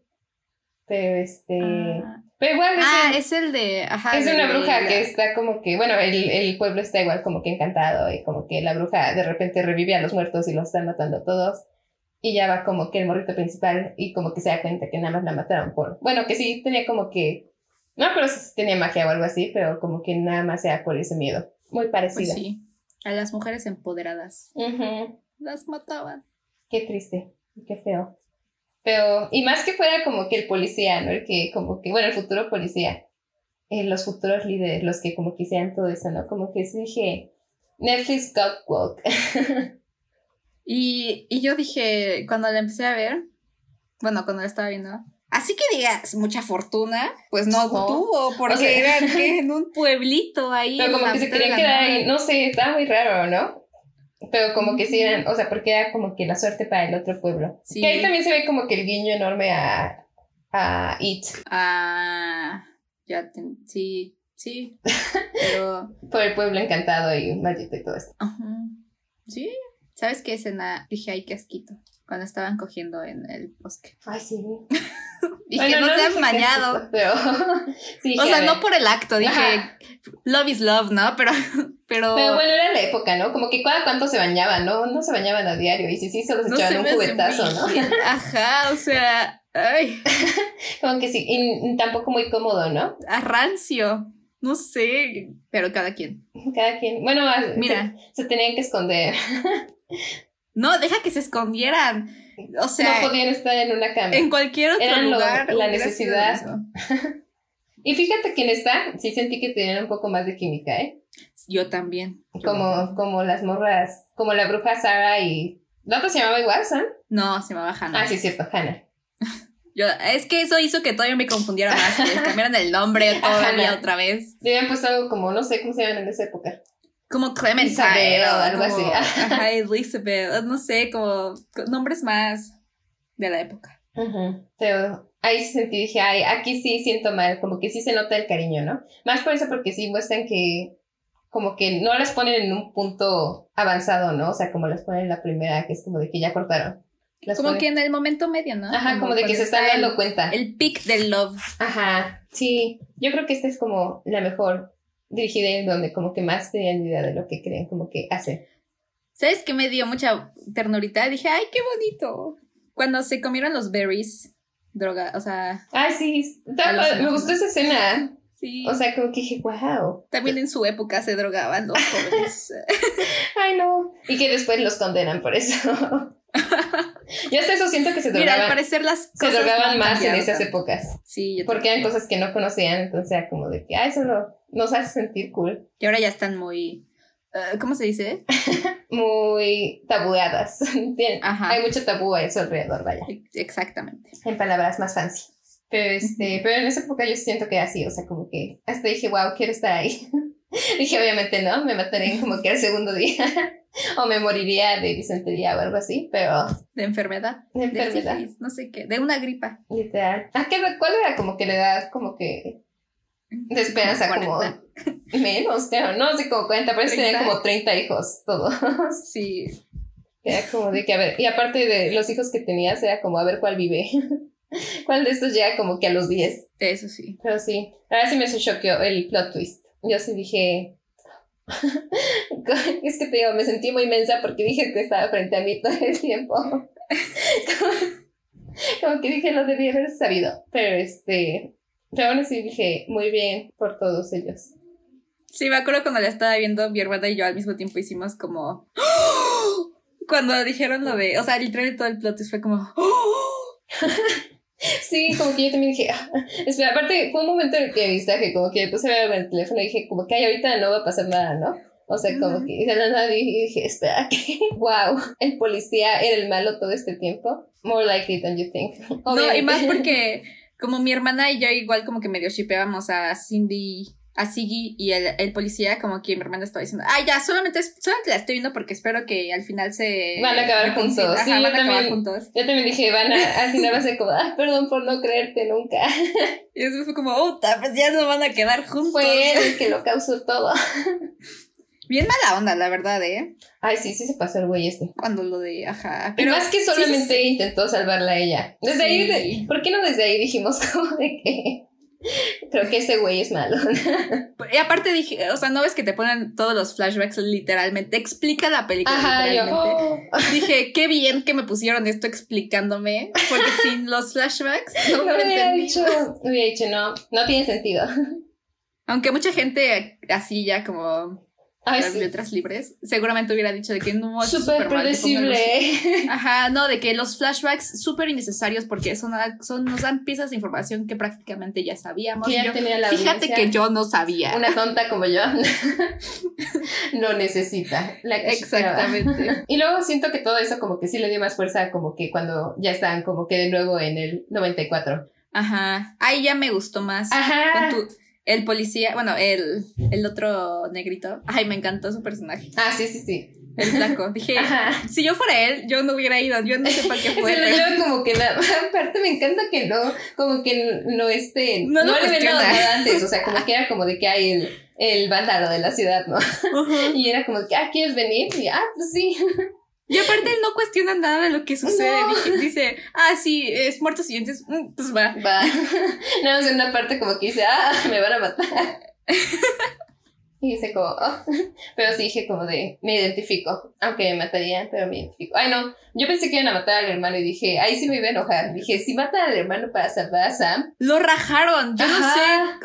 Speaker 1: Pero este.
Speaker 2: Ah,
Speaker 1: Pero igual es,
Speaker 2: Ah,
Speaker 1: el-
Speaker 2: es el de. Ajá,
Speaker 1: es
Speaker 2: de
Speaker 1: una bruja
Speaker 2: la-
Speaker 1: que está como que, bueno, el, el pueblo está igual como que encantado y como que la bruja de repente revive a los muertos y los está matando a todos. Y ya va como que el morrito principal y como que se da cuenta que nada más la mataron por... Bueno, que sí, tenía como que... No, pero sí tenía magia o algo así, pero como que nada más sea por ese miedo. Muy
Speaker 2: Pues
Speaker 1: parecida.
Speaker 2: sí. A las mujeres empoderadas.
Speaker 1: Ujú.
Speaker 2: Las mataban.
Speaker 1: Qué triste, y qué feo. Pero, y más que fuera como que el policía, ¿no? El que como que, bueno, el futuro policía, eh, los futuros líderes, los que como que hicieran todo eso, ¿no? Como que sí dije, Netflix God Walk.
Speaker 2: Y, y yo dije, cuando la empecé a ver, bueno, cuando la estaba viendo. Así que digas, mucha fortuna, pues no,
Speaker 1: No.
Speaker 2: tuvo, porque
Speaker 1: O sea-
Speaker 2: era *laughs* ¿qué? en un pueblito ahí.
Speaker 1: Pero
Speaker 2: en
Speaker 1: como
Speaker 2: la
Speaker 1: que se
Speaker 2: mitad de
Speaker 1: querían
Speaker 2: la
Speaker 1: quedar
Speaker 2: nada.
Speaker 1: ahí, no sé, estaba muy raro, ¿no? Pero como que sí eran, o sea, porque era como que la suerte para el otro pueblo.
Speaker 2: Sí.
Speaker 1: Que ahí también se ve como que el guiño enorme a, a It,
Speaker 2: Ah, ya, te- sí, sí. Pero,
Speaker 1: por el pueblo encantado y maldito y todo esto.
Speaker 2: ajá, sí. ¿Sabes qué escena? Dije, ay, qué asquito. Cuando estaban cogiendo en el bosque.
Speaker 1: Ay, sí.
Speaker 2: Dije,
Speaker 1: Bueno,
Speaker 2: no, se
Speaker 1: dije
Speaker 2: han
Speaker 1: que
Speaker 2: bañado.
Speaker 1: sí, Pero, *laughs* sí,
Speaker 2: O
Speaker 1: dije, a
Speaker 2: sea,
Speaker 1: ver.
Speaker 2: no por el acto, dije,
Speaker 1: Ajá.
Speaker 2: love is love, ¿no? *laughs* Pero, pero,
Speaker 1: Pero bueno, era la época, ¿no? Como que cada cuánto se bañaban, ¿no? No se bañaban a diario. Y si sí, solo se
Speaker 2: no se
Speaker 1: echaban
Speaker 2: me
Speaker 1: un
Speaker 2: hace
Speaker 1: cubetazo, ¿no?
Speaker 2: virgen. Ajá, o sea, ay,
Speaker 1: Como que sí. Y tampoco muy cómodo, ¿no?
Speaker 2: a rancio. No sé, pero cada quien.
Speaker 1: Cada quien. Bueno, ah, se-
Speaker 2: Mira,
Speaker 1: se, tenían que
Speaker 2: *laughs*
Speaker 1: esconder.
Speaker 2: no, deja que se escondieran. O sea,
Speaker 1: no podían estar en una cama.
Speaker 2: en cualquier otro
Speaker 1: Era lo-
Speaker 2: lugar.
Speaker 1: la
Speaker 2: hubiera sido lo
Speaker 1: necesidad.
Speaker 2: mismo.
Speaker 1: Y fíjate quién está. Sí sentí que tenían un poco más de química, ¿eh?
Speaker 2: Yo también.
Speaker 1: Como, como las morras, como la bruja Sara y. ¿La otra se llamaba igual, Sam?
Speaker 2: No, se me baja
Speaker 1: Ah, sí, es cierto, Hannah.
Speaker 2: Yo, es que eso hizo que todavía me confundiera más,
Speaker 1: *laughs*
Speaker 2: que les cambiaran el nombre todavía
Speaker 1: Ajá.
Speaker 2: otra vez.
Speaker 1: Le habían puesto algo como, no sé cómo se llaman en esa época.
Speaker 2: Como Clementine
Speaker 1: Isabel o algo
Speaker 2: como-
Speaker 1: así. *laughs*
Speaker 2: Ajá, Elizabeth, no sé, como co- nombres más de la época.
Speaker 1: Ujú. Pero ahí sí sentí, dije, ay, aquí sí siento mal, como que sí se nota el cariño, ¿no? Más por eso porque sí muestran que como que no las ponen en un punto avanzado, ¿no? O sea, como las ponen en la primera, que es como de que ya cortaron. Las
Speaker 2: como
Speaker 1: ponen-
Speaker 2: que en el momento medio, ¿no?
Speaker 1: Ajá, como, de que
Speaker 2: cuando
Speaker 1: se están
Speaker 2: está
Speaker 1: dando
Speaker 2: el-
Speaker 1: cuenta.
Speaker 2: El pic del love.
Speaker 1: Ajá, sí. Yo creo que esta es como la mejor dirigida en donde como que más tenían idea de lo que creen, como que hacen.
Speaker 2: ¿Sabes qué me dio mucha ternurita? Dije, ay, qué bonito. Cuando se comieron los berries, droga, o sea,
Speaker 1: Ay, sí, está
Speaker 2: A los
Speaker 1: padre, me
Speaker 2: ojos.
Speaker 1: gustó esa escena.
Speaker 2: sí.
Speaker 1: O sea, como que dije, wow.
Speaker 2: también en su época se
Speaker 1: *laughs*
Speaker 2: drogaban los jóvenes.
Speaker 1: Ay, no. Y que después los condenan por
Speaker 2: *laughs*
Speaker 1: eso. Yo hasta eso siento que se
Speaker 2: Mira, al
Speaker 1: drogaban,
Speaker 2: parecer las
Speaker 1: se
Speaker 2: cosas
Speaker 1: drogaban
Speaker 2: no han
Speaker 1: más en
Speaker 2: cambiado
Speaker 1: esas
Speaker 2: tanto.
Speaker 1: épocas.
Speaker 2: Sí, yo
Speaker 1: Porque eran
Speaker 2: también.
Speaker 1: cosas que no conocían, entonces era como de que, ah, eso no- nos hace sentir cool.
Speaker 2: Y ahora ya están muy. eh, ¿Cómo se dice?
Speaker 1: Muy tabuadas. *laughs* Tien-
Speaker 2: Ajá.
Speaker 1: Hay mucho tabú a eso alrededor, vaya.
Speaker 2: Exactamente.
Speaker 1: En palabras más fancy. Pero, este, pero en esa época yo siento que era así, o sea, como que hasta dije, wow, quiero estar ahí. *laughs* dije, obviamente no, me
Speaker 2: *laughs*
Speaker 1: matarían como que al segundo día. *laughs* o me moriría de disentería o algo así, pero
Speaker 2: De enfermedad.
Speaker 1: de
Speaker 2: De
Speaker 1: enfermedad.
Speaker 2: sífilis, no sé qué. De una gripa.
Speaker 1: Literal. Ah, ¿qué, ¿Cuál era como que la edad como que de esperanza? Como
Speaker 2: 40.
Speaker 1: menos, creo. No, sí, como 40, pero sí tenían
Speaker 2: 30.
Speaker 1: como 30 hijos todos.
Speaker 2: Sí.
Speaker 1: Era como de que, a ver, y aparte de los hijos que tenías, era como a ver cuál vive. *laughs* ¿Cuál de estos llega como que a los 10?
Speaker 2: Eso sí.
Speaker 1: Pero sí, la verdad sí me choqueó el plot twist. Yo sí dije... *laughs* es que te digo, me sentí muy inmensa porque dije que estaba frente a mí todo el tiempo. *laughs* como, como que dije, lo debí haber sabido. Pero este... Pero aún así dije, muy bien por todos ellos.
Speaker 2: Sí, me acuerdo cuando la estaba viendo, mi hermana y yo al mismo tiempo hicimos como. ¡Oh! Cuando dijeron lo de. O sea, literalmente todo el plot twist fue como. ¡Oh!
Speaker 1: Sí, como que yo también dije, "Ah". espera, aparte fue un momento en el que me distraje, como que me puse a ver algo en el teléfono y dije, como que ay, ahorita no va a pasar nada, ¿no? O sea, como
Speaker 2: Ujú.
Speaker 1: que y de la nada dije, dije, espera, *laughs* ¿qué? Wow, el policía era el malo todo este tiempo. More likely than you think.
Speaker 2: No, y
Speaker 1: *laughs* Obviamente.
Speaker 2: más porque como mi hermana y yo igual como que medio shipeábamos a Cindy, a Siggy y el, el policía, como que mi hermana estaba diciendo, ay ya, solamente, es- solamente la estoy viendo porque espero que al final se...
Speaker 1: Van a acabar juntos".
Speaker 2: Ajá,
Speaker 1: Sí,
Speaker 2: van
Speaker 1: yo
Speaker 2: a acabar
Speaker 1: también.
Speaker 2: juntos.
Speaker 1: Yo también dije, van a, al final va a ser como, ah, perdón por no creerte nunca. *laughs*
Speaker 2: Y eso fue como, oh, pues ya no van a quedar juntos.
Speaker 1: Fue él el que lo causó todo.
Speaker 2: Bien mala onda, la verdad, ¿eh?
Speaker 1: Ay, sí, sí se pasó el güey este.
Speaker 2: Cuando lo de, ajá.
Speaker 1: Pero
Speaker 2: Pero
Speaker 1: más que
Speaker 2: sí, sí,
Speaker 1: solamente intentó salvarla a ella. Desde *laughs*
Speaker 2: Sí.
Speaker 1: ahí, de- ¿por qué no desde ahí dijimos como de que Creo que ese güey es
Speaker 2: *laughs*
Speaker 1: malo.
Speaker 2: Y aparte dije, o sea, no ves que te ponen todos los flashbacks literalmente, explica la película
Speaker 1: Ajá, yo. *laughs*
Speaker 2: literalmente.
Speaker 1: oh.
Speaker 2: Dije, qué bien que me pusieron esto explicándome, porque sin los flashbacks
Speaker 1: *laughs*
Speaker 2: no
Speaker 1: No
Speaker 2: lo
Speaker 1: hubiera
Speaker 2: entendí.
Speaker 1: dicho, *laughs* hubiera dicho, no, no tiene sentido.
Speaker 2: Aunque mucha gente así ya como
Speaker 1: Ay,
Speaker 2: las
Speaker 1: sí.
Speaker 2: letras libres, seguramente hubiera dicho de que no es
Speaker 1: Súper
Speaker 2: súper mal que pongan los-
Speaker 1: predecible.
Speaker 2: Ajá, no, de que los flashbacks súper innecesarios porque son, son, nos dan piezas de información que prácticamente ya sabíamos.
Speaker 1: Que *laughs*
Speaker 2: Y
Speaker 1: ya
Speaker 2: yo,
Speaker 1: tenía la
Speaker 2: fíjate
Speaker 1: audiencia.
Speaker 2: que yo no sabía.
Speaker 1: Una tonta como yo *laughs* lo necesita. La que
Speaker 2: Exactamente.
Speaker 1: *laughs* Y luego siento que todo eso como que sí le dio más fuerza como que cuando ya estaban como que de nuevo en el 94.
Speaker 2: Ajá. Ahí ya me gustó más.
Speaker 1: Ajá.
Speaker 2: Con tu- el policía, bueno, el, el otro negrito. Ay, me encantó su personaje.
Speaker 1: Ah, sí, sí, sí.
Speaker 2: El
Speaker 1: *laughs*
Speaker 2: flaco. Dije,
Speaker 1: Ajá.
Speaker 2: si yo fuera él, yo no hubiera ido. Yo no sé para
Speaker 1: *laughs*
Speaker 2: qué
Speaker 1: Se
Speaker 2: fue.
Speaker 1: lo
Speaker 2: pero-
Speaker 1: llevan como que nada- *laughs* aparte me encanta que no, como que no esté,
Speaker 2: No lo
Speaker 1: le ven
Speaker 2: cuestiona.
Speaker 1: nada antes, o sea,
Speaker 2: *laughs*
Speaker 1: como que era como de que hay el, el vándalo de la ciudad, ¿no?
Speaker 2: *laughs* Ujú.
Speaker 1: Y era como que, ah, ¿quieres venir? Y, ah, pues sí. *laughs*
Speaker 2: Y aparte él no cuestiona nada de lo que sucede.
Speaker 1: No.
Speaker 2: Dije- dice, ah, sí, es muertos siguientes. mm, Pues va.
Speaker 1: Va. *laughs* Nada más en una parte como que dice, ah, me van a matar. *laughs* Y dice como, oh. *laughs* pero sí dije como de, me identifico, aunque me matarían, pero me identifico. Ay, no, yo pensé que iban a matar al hermano y dije, ahí sí me iba a enojar. Dije, si matan al hermano para salvar a Sam.
Speaker 2: Lo rajaron. Yo no sé
Speaker 1: Ajá.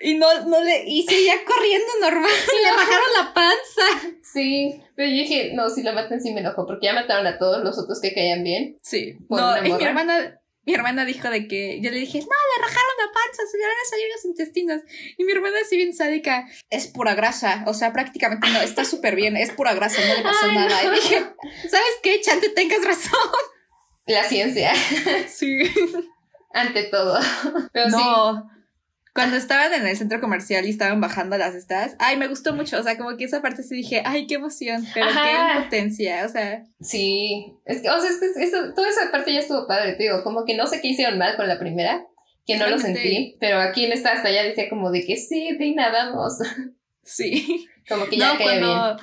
Speaker 2: Y no, no le, y seguía corriendo normal, le bajaron la panza.
Speaker 1: Sí, pero yo dije, no, si lo matan sí me enojo, porque ya mataron a todos los otros que caían bien.
Speaker 2: Sí.
Speaker 1: Por
Speaker 2: No,
Speaker 1: una
Speaker 2: y mi
Speaker 1: morra.
Speaker 2: hermana, mi hermana dijo de que, yo le dije, no, le rajaron la panza, se le van a salir los intestinos. Y mi hermana así bien sádica, es pura grasa, o sea, prácticamente no,
Speaker 1: *laughs*
Speaker 2: está súper bien, es pura grasa, no le pasó
Speaker 1: Ay, no.
Speaker 2: nada. Y dije, ¿sabes qué? Chante, tengas
Speaker 1: *laughs*
Speaker 2: razón.
Speaker 1: La ciencia, *laughs*
Speaker 2: Sí.
Speaker 1: ante todo. *laughs* Pero sí,
Speaker 2: No. Cuando estaban en el centro comercial y estaban bajando las estas, ay, me gustó mucho, o sea, como que esa parte sí dije, ay, qué emoción, pero
Speaker 1: Ajá.
Speaker 2: qué impotencia, o sea,
Speaker 1: Sí, es que, o sea, es que eso- toda esa parte ya estuvo padre, te digo, como que no sé qué hicieron mal con la primera, que no lo
Speaker 2: Realmente.
Speaker 1: sentí, pero aquí en esta hasta ya decía como de que sí, Dina, vamos,
Speaker 2: sí.
Speaker 1: *laughs* como que ya
Speaker 2: No,
Speaker 1: caía bien.
Speaker 2: cuando,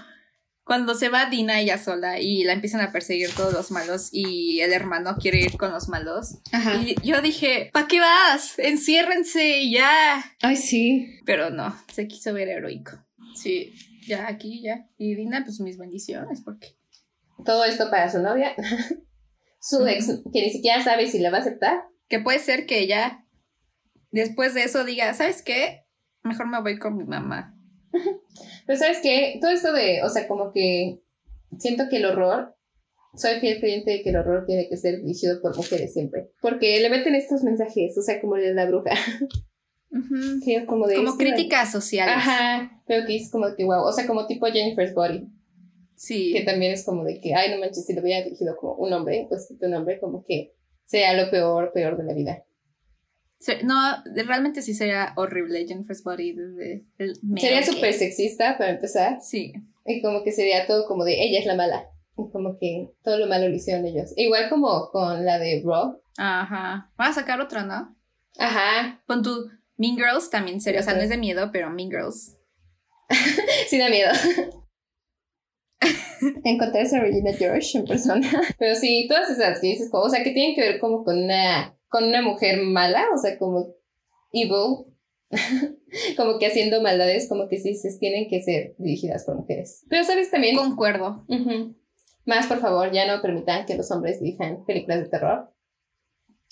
Speaker 2: cuando se va Dina ella sola y la empiezan a perseguir todos los malos y el hermano quiere ir con los malos.
Speaker 1: Ajá.
Speaker 2: Y yo dije, ¿pa' qué vas? Enciérrense y ya.
Speaker 1: Ay, sí.
Speaker 2: Pero no, se quiso ver heroico. Sí, ya aquí, ya. Y Dina, pues mis bendiciones, porque...
Speaker 1: Todo esto para su novia, *laughs* su ex, que ni siquiera sabe si la va a aceptar.
Speaker 2: Que puede ser que ella, después de eso, diga, ¿sabes qué? Mejor me voy con mi mamá.
Speaker 1: Pero sabes qué, todo esto de, o sea, como que siento que el horror, soy fiel creyente de que el horror tiene que ser dirigido por mujeres siempre, porque le meten estos mensajes, o sea, como el de la bruja, *laughs*
Speaker 2: Ujú.
Speaker 1: que es como de...
Speaker 2: Como
Speaker 1: "Esto no-
Speaker 2: críticas sociales.
Speaker 1: Ajá, pero que es como que wow, o sea, como tipo Jennifer's Body,
Speaker 2: Sí.
Speaker 1: que también es como de que, ay, no manches, si lo hubiera dirigido como un hombre, pues que tu nombre como que sea lo peor, peor de la vida.
Speaker 2: Se- No, realmente sí sería horrible Jennifer's Body desde el
Speaker 1: Sería
Speaker 2: merengue.
Speaker 1: súper sexista para empezar,
Speaker 2: Sí.
Speaker 1: y como que sería todo como de, ella es la mala, y como que todo lo malo lo hicieron ellos. Igual como con la de Rob.
Speaker 2: Ajá. Van a sacar otra, ¿no?
Speaker 1: Ajá,
Speaker 2: Con tu Mean Girls también sería. O sea, no es de miedo, pero Mean Girls.
Speaker 1: sí da miedo. *laughs* Encontrar a Regina George en persona. *laughs* Pero sí, todas esas que dices, como, o sea, que tienen que ver como con una, con una mujer mala, o sea, como evil, *laughs* como que haciendo maldades, como que sí, se tienen que ser dirigidas por mujeres. Pero sabes también,
Speaker 2: Concuerdo.
Speaker 1: Ujú. más por favor, ya no permitan que los hombres dirijan películas de terror.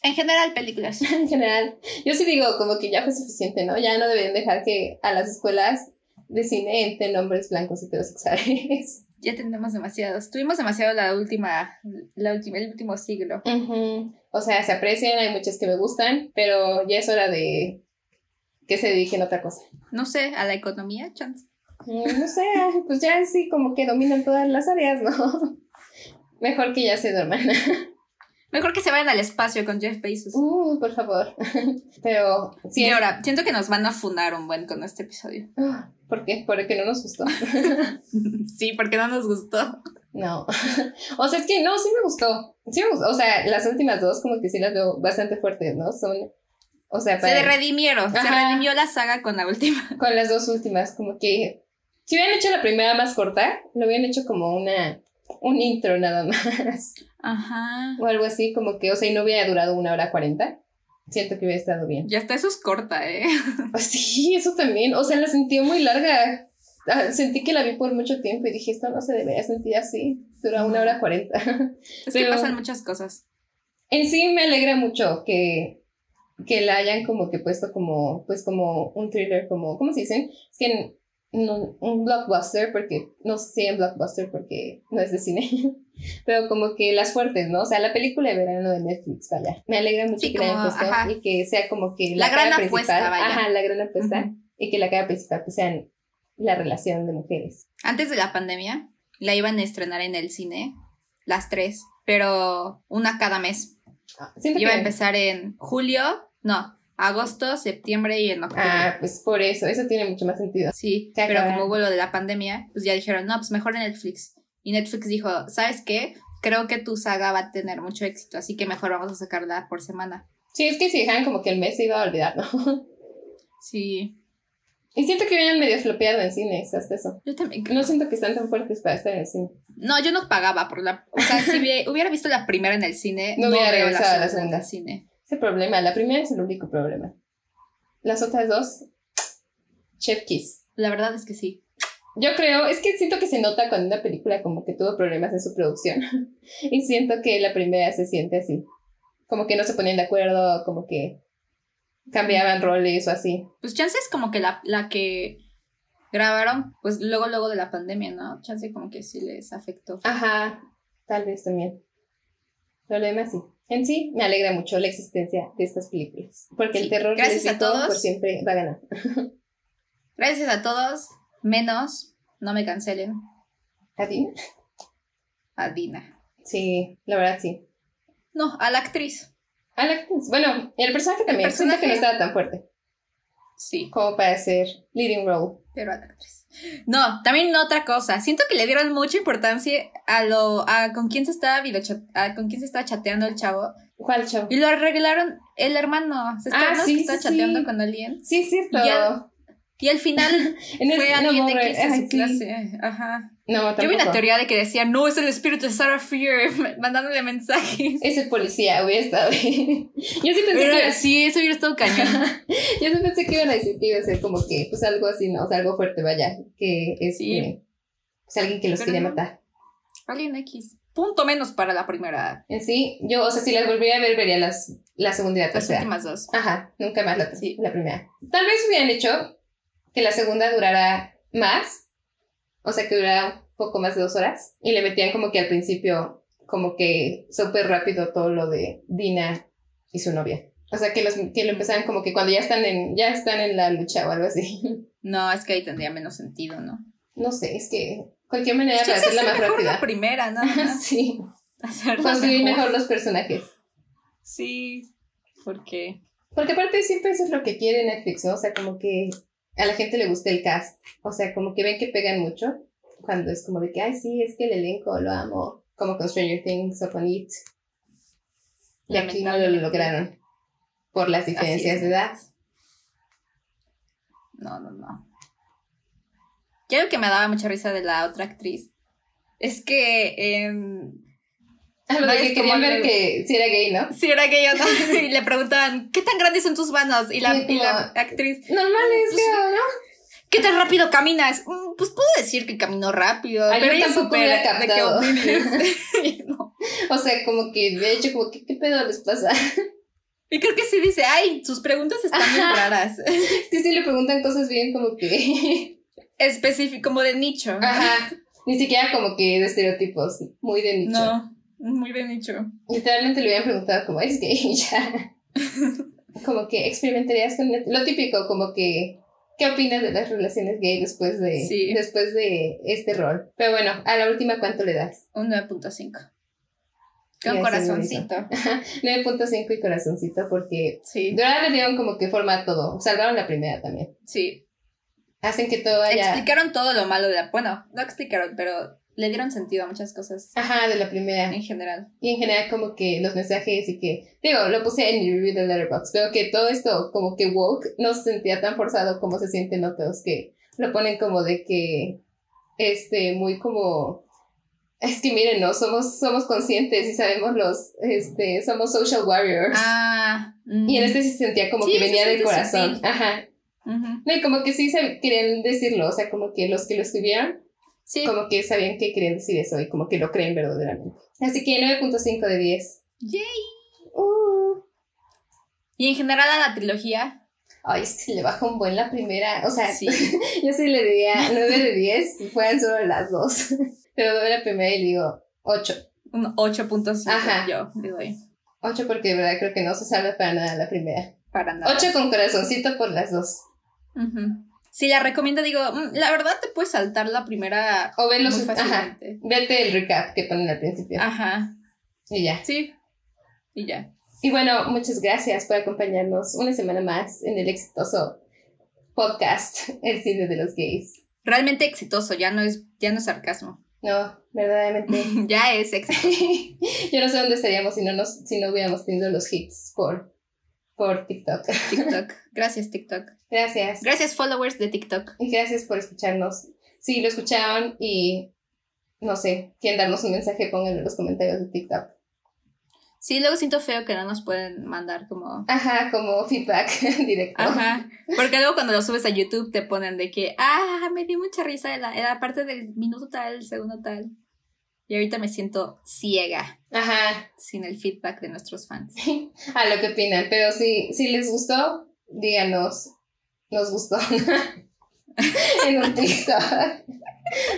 Speaker 2: En general,
Speaker 1: *laughs*
Speaker 2: películas.
Speaker 1: En general, yo sí digo, como que ya fue suficiente, ¿no? Ya no deberían dejar que a las escuelas de cine entren hombres blancos heterosexuales.
Speaker 2: *laughs*
Speaker 1: *laughs*
Speaker 2: Ya tenemos demasiados. Tuvimos demasiado la última, la última, el último siglo.
Speaker 1: Ujú. O sea, se aprecian, hay muchas que me gustan, pero ya es hora de que se dediquen a otra cosa.
Speaker 2: No sé, a la economía, chance.
Speaker 1: Mm, No sé, *laughs* pues ya sí, como que dominan todas las áreas, ¿no? *laughs* Mejor que ya se duerman. *laughs*
Speaker 2: Mejor que se vayan al espacio con Jeff Bezos.
Speaker 1: Uh, por favor. *laughs* Pero sí,
Speaker 2: y ahora, siento que nos van a funar un buen con este episodio.
Speaker 1: ah, ¿por qué? Porque no nos gustó.
Speaker 2: sí, porque no nos gustó.
Speaker 1: No. *laughs* O sea, es que no, sí me gustó. Sí me gustó. O sea, las últimas dos como que sí las veo bastante fuertes, ¿no? Son, o sea,
Speaker 2: Se redimieron. Se
Speaker 1: Ajá.
Speaker 2: redimió la saga con la última. *laughs*
Speaker 1: con las dos últimas, como que si hubieran hecho la primera más corta, lo hubieran hecho como una un intro nada más *laughs*
Speaker 2: Ajá.
Speaker 1: o algo así, como que, o sea, y no hubiera durado una hora cuarenta. Siento que hubiera estado
Speaker 2: *laughs*
Speaker 1: bien.
Speaker 2: Y hasta eso es corta, ¿eh?
Speaker 1: Ah, sí, eso también. O sea, la sentí muy larga. Ah, Sentí que la vi por mucho tiempo y dije, esto no se debería sentir así. Dura una hora cuarenta. *laughs*
Speaker 2: Es que
Speaker 1: Pero-
Speaker 2: pasan muchas cosas.
Speaker 1: En sí me alegra mucho que, que la hayan como que puesto como, pues como un thriller, como, ¿cómo se dicen? Es que en- en un, un blockbuster, porque no sé si en blockbuster porque no es de cine, *laughs* pero como que las fuertes, ¿no? O sea, la película de verano de Netflix, vaya. Me alegra mucho
Speaker 2: Sí,
Speaker 1: que la hayan
Speaker 2: como,
Speaker 1: puesto
Speaker 2: ajá.
Speaker 1: y que sea como que
Speaker 2: La gran
Speaker 1: cara
Speaker 2: apuesta,
Speaker 1: principal,
Speaker 2: vaya.
Speaker 1: ajá, la gran apuesta,
Speaker 2: Ujú.
Speaker 1: y que la cara principal pues sean la relación de mujeres.
Speaker 2: Antes de la pandemia, la iban a estrenar en el cine, las tres, pero una cada mes.
Speaker 1: Siento
Speaker 2: Ah, Iba a
Speaker 1: que-
Speaker 2: empezar en julio, no, agosto, septiembre y en octubre.
Speaker 1: Ah, pues por eso, eso tiene mucho más sentido.
Speaker 2: Sí,
Speaker 1: Se
Speaker 2: pero
Speaker 1: acabaron.
Speaker 2: como hubo lo de la pandemia, pues ya dijeron, no, pues mejor en Netflix. Y Netflix dijo, ¿sabes qué? Creo que tu saga va a tener mucho éxito, así que mejor vamos a sacarla por semana.
Speaker 1: Sí, es que si dejaban como que el mes se iba a olvidar, ¿no?
Speaker 2: Sí,
Speaker 1: Y siento que vienen medio flopeado en cines, hasta eso.
Speaker 2: yo también. creo.
Speaker 1: No siento que están tan fuertes para estar en el cine.
Speaker 2: No, yo no pagaba por la... O sea,
Speaker 1: *laughs*
Speaker 2: si vi- hubiera visto la primera en el cine,
Speaker 1: No
Speaker 2: no,
Speaker 1: hubiera
Speaker 2: veo la
Speaker 1: regresado a la
Speaker 2: segunda, en
Speaker 1: segunda.
Speaker 2: el cine.
Speaker 1: Ese problema, la primera es el único problema. Las otras dos, chef kiss.
Speaker 2: La verdad es que sí.
Speaker 1: Yo creo, es que siento que se nota cuando una película como que tuvo problemas en su producción. *laughs* y siento que la primera se siente así. Como que no se ponían de acuerdo, como que cambiaban roles o así.
Speaker 2: Pues chance es como que la, la que grabaron, pues luego, luego de la pandemia, ¿no? Chance como que sí les afectó.
Speaker 1: Ajá, tal vez también. Pero lo demás sí. En sí, me alegra mucho la existencia de estas películas. Porque
Speaker 2: Sí,
Speaker 1: el terror
Speaker 2: gracias a
Speaker 1: lésbico
Speaker 2: todos.
Speaker 1: por siempre va a ganar.
Speaker 2: Gracias a todos, menos, no me cancelen,
Speaker 1: ¿A ti?
Speaker 2: a Dina.
Speaker 1: Sí, la verdad sí.
Speaker 2: No, a la actriz.
Speaker 1: A la actriz. Bueno, y el personaje también. Siento
Speaker 2: personaje-
Speaker 1: que no estaba tan fuerte
Speaker 2: Sí,
Speaker 1: como para hacer leading role.
Speaker 2: pero a la actriz. No, también otra cosa. Siento que le dieron mucha importancia a lo a con quién se estaba videocha- a con quién se estaba chateando el chavo
Speaker 1: ¿Cuál show?
Speaker 2: y lo arreglaron el hermano. Se
Speaker 1: Ah,
Speaker 2: está, ¿no?
Speaker 1: sí,
Speaker 2: que estaba
Speaker 1: sí,
Speaker 2: chateando
Speaker 1: sí.
Speaker 2: con alguien.
Speaker 1: Sí, es cierto.
Speaker 2: Ya- Y al *laughs* final
Speaker 1: En el-
Speaker 2: fue alguien de
Speaker 1: More-
Speaker 2: que hizo
Speaker 1: ay,
Speaker 2: su
Speaker 1: sí.
Speaker 2: clase. Ajá.
Speaker 1: No, tampoco.
Speaker 2: Yo vi una teoría de que decía, no, es el espíritu de Sarah Fear, *laughs* mandándole *laughs* mensajes.
Speaker 1: Ese policía hubiera estado bien. *laughs* Yo sí pensé que
Speaker 2: Pero
Speaker 1: era
Speaker 2: sí, eso hubiera estado cañón.
Speaker 1: Yo sí pensé que iban a decir que iba a ser como que, pues algo así, ¿no? O sea, algo fuerte, vaya, que es
Speaker 2: Sí.
Speaker 1: eh, pues, alguien que los
Speaker 2: Pero
Speaker 1: quiere
Speaker 2: no.
Speaker 1: matar.
Speaker 2: *laughs* Alguien X. Punto menos para la primera,
Speaker 1: En sí, yo, o sea, si las volviera a ver, vería las, la segunda y la
Speaker 2: las
Speaker 1: tercera.
Speaker 2: últimas dos.
Speaker 1: Ajá, nunca más la,
Speaker 2: Sí.
Speaker 1: la primera. Tal vez hubieran hecho que la segunda durara más, o sea, que durara un poco más de dos horas, y le metían como que al principio, como que súper rápido todo lo de Dina y su novia. O sea, que, los, que lo empezaban como que cuando ya están en, ya están en la lucha o algo así. *laughs*
Speaker 2: No, es que ahí tendría menos sentido, ¿no?
Speaker 1: No sé, es que cualquier manera para
Speaker 2: Chance
Speaker 1: hacerla
Speaker 2: hacer
Speaker 1: más
Speaker 2: mejor
Speaker 1: rápida. *laughs*
Speaker 2: la primera, ¿no? *laughs*
Speaker 1: sí,
Speaker 2: Hacerla
Speaker 1: construir
Speaker 2: Pues mejor.
Speaker 1: mejor los personajes.
Speaker 2: Sí, porque
Speaker 1: Porque aparte siempre eso es lo que quiere Netflix, ¿no? O sea, como que a la gente le gusta el cast. O sea, como que ven que pegan mucho cuando es como de que, ay, sí, es que el elenco lo amo. Como con Stranger Things o con It. Y aquí no lo
Speaker 2: Lamentablemente.
Speaker 1: lograron por las diferencias
Speaker 2: es.
Speaker 1: de edad.
Speaker 2: No, no, no. Yo lo que me daba mucha risa de la otra actriz es que em,
Speaker 1: Ah, Lo
Speaker 2: No,
Speaker 1: de
Speaker 2: es
Speaker 1: que querían
Speaker 2: como
Speaker 1: ver
Speaker 2: algo-
Speaker 1: que si era gay, ¿no?
Speaker 2: si era que yo no, *laughs* y le preguntaban, ¿qué tan grandes son tus manos? Y la,
Speaker 1: Sí,
Speaker 2: y la
Speaker 1: como-
Speaker 2: actriz,
Speaker 1: Normal es
Speaker 2: Pues-
Speaker 1: que, ¿no?
Speaker 2: ¿qué tan rápido caminas? "Mm, Pues puedo decir que camino rápido,
Speaker 1: Ay,
Speaker 2: pero
Speaker 1: yo
Speaker 2: ella
Speaker 1: tampoco
Speaker 2: súper
Speaker 1: hubiera
Speaker 2: de que
Speaker 1: captado. *laughs*
Speaker 2: opines. *laughs* No.
Speaker 1: O sea, como que de hecho, como que, ¿qué pedo les pasa?
Speaker 2: Y creo que sí dice, ay, sus preguntas están
Speaker 1: *laughs*
Speaker 2: muy raras.
Speaker 1: Sí, sí, le preguntan cosas bien como
Speaker 2: *laughs*
Speaker 1: que...
Speaker 2: Específico, como de nicho.
Speaker 1: Ajá. *laughs* Ni siquiera como que de estereotipos, muy de nicho.
Speaker 2: No, muy de nicho.
Speaker 1: Literalmente le hubieran preguntado como, ¿eres gay? *laughs* Y
Speaker 2: *laughs*
Speaker 1: ya. como que experimentarías con... Lo típico, como que... ¿Qué opinas de las relaciones gay después de,
Speaker 2: Sí.
Speaker 1: después de este rol? Pero bueno, a la última, ¿cuánto le das?
Speaker 2: Un 9.5.
Speaker 1: Ya,
Speaker 2: Con
Speaker 1: sí,
Speaker 2: corazoncito.
Speaker 1: 9.5 y corazoncito, porque...
Speaker 2: Sí,
Speaker 1: De verdad le dieron como que forma a todo. Salvaron la primera también.
Speaker 2: sí.
Speaker 1: Hacen que todo haya...
Speaker 2: Explicaron todo lo malo de la. Bueno, no explicaron, pero le dieron sentido a muchas cosas
Speaker 1: Ajá, de la primera.
Speaker 2: en general.
Speaker 1: Y en general como que los mensajes y que, digo, lo puse en mi review de Letterboxd, pero que todo esto como que woke no se sentía tan forzado como se sienten otros que lo ponen como de que, este, muy como, Es que miren, no, somos, somos conscientes y sabemos los, este, somos social warriors.
Speaker 2: Ah. mm.
Speaker 1: Pues, Y en este se sentía como
Speaker 2: Sí,
Speaker 1: que
Speaker 2: se
Speaker 1: venía del
Speaker 2: siente
Speaker 1: corazón.
Speaker 2: sutil.
Speaker 1: Ajá.
Speaker 2: Ujú.
Speaker 1: No, y como que sí sab- querían decirlo, o sea, como que los que lo escribieron,
Speaker 2: Sí.
Speaker 1: como que sabían que querían decir eso y como que lo creen verdaderamente. Así que 9.5 de 10.
Speaker 2: Yay.
Speaker 1: Uh.
Speaker 2: Y en general a la trilogía.
Speaker 1: Ay, es que se le baja un buen la primera. O sea,
Speaker 2: Sí.
Speaker 1: *laughs* yo sí le diría
Speaker 2: *laughs*
Speaker 1: 9 de 10 si fueran solo las dos. *laughs* Pero doy la primera y digo 8.
Speaker 2: Un 8.5
Speaker 1: Ajá.
Speaker 2: yo eh, le doy.
Speaker 1: 8 porque de verdad creo que no se salva para nada la primera.
Speaker 2: Para nada.
Speaker 1: 8 con corazoncito por las dos.
Speaker 2: Ujú. Sí, la recomiendo, digo, mm, la verdad te puedes saltar la primera
Speaker 1: O ven
Speaker 2: muy Ah.
Speaker 1: los... Ajá.
Speaker 2: fácilmente.
Speaker 1: Vete el recap que ponen al principio.
Speaker 2: Ajá.
Speaker 1: Y ya.
Speaker 2: Sí. Y ya.
Speaker 1: Y bueno, muchas gracias por acompañarnos una semana más en el exitoso podcast El cine de los gays.
Speaker 2: Realmente exitoso, ya no es, ya no es sarcasmo.
Speaker 1: No, verdaderamente.
Speaker 2: *laughs* ya es éxito.
Speaker 1: *laughs* Yo no sé dónde estaríamos si no, nos, si no hubiéramos tenido los hits por, por TikTok.
Speaker 2: TikTok. Gracias, TikTok.
Speaker 1: Gracias.
Speaker 2: Gracias, followers de TikTok.
Speaker 1: Y gracias por escucharnos. Si lo escucharon y no sé, quieren darnos un mensaje, pónganlo en los comentarios de TikTok.
Speaker 2: Sí, luego siento feo que no nos pueden mandar como.
Speaker 1: Ajá, como feedback *laughs* directo.
Speaker 2: Ajá. Porque luego cuando lo subes a YouTube te ponen de que, ah, me di mucha risa en la, en la parte del minuto tal, segundo tal. Y ahorita me siento ciega
Speaker 1: Ajá.
Speaker 2: sin el feedback de nuestros fans.
Speaker 1: a lo que opinan. Pero si, si les gustó, díganos, nos gustó. *laughs* en un TikTok.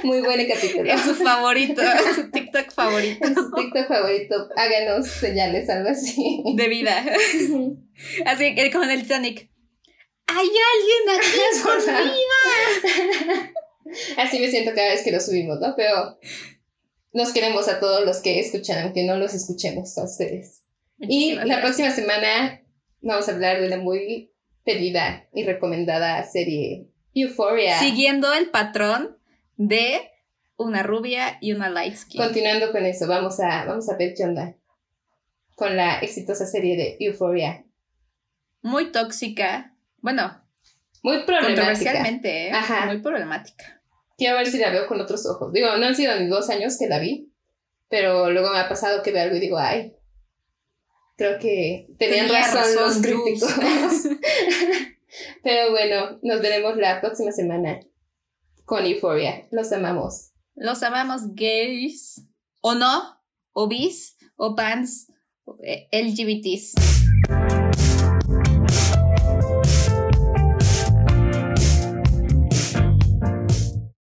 Speaker 1: Muy buen capítulo.
Speaker 2: Es su favorito, es su TikTok favorito
Speaker 1: En su TikTok favorito, háganos señales, algo así. *laughs*
Speaker 2: de vida. Así que como en el Titanic. ¡Hay alguien aquí *laughs* escondido!
Speaker 1: así me siento cada vez que lo subimos, ¿no? Pero nos queremos a todos los que escuchan, aunque no los escuchemos a ustedes. *laughs* Y
Speaker 2: Muchísimas
Speaker 1: la
Speaker 2: gracias.
Speaker 1: próxima semana vamos a hablar de la muy pedida y recomendada serie Euphoria.
Speaker 2: Siguiendo el patrón de una rubia y una light skin.
Speaker 1: Continuando con eso, vamos a, vamos a ver qué onda con la exitosa serie de Euphoria.
Speaker 2: Muy tóxica. Bueno,
Speaker 1: Muy problemática.
Speaker 2: controversialmente, ¿eh?
Speaker 1: Ajá.
Speaker 2: Muy problemática.
Speaker 1: Quiero ver si la veo con otros ojos. Digo, no han sido ni dos años que la vi, pero luego me ha pasado que veo algo y digo, ay, creo que tenían
Speaker 2: Tenía
Speaker 1: razón, los
Speaker 2: razón,
Speaker 1: críticos. *laughs*
Speaker 2: Jules.
Speaker 1: pero bueno, nos veremos la próxima semana con Euphoria. Los amamos.
Speaker 2: Los amamos gays. O no, o bis, o pans, o, eh, LGBTs.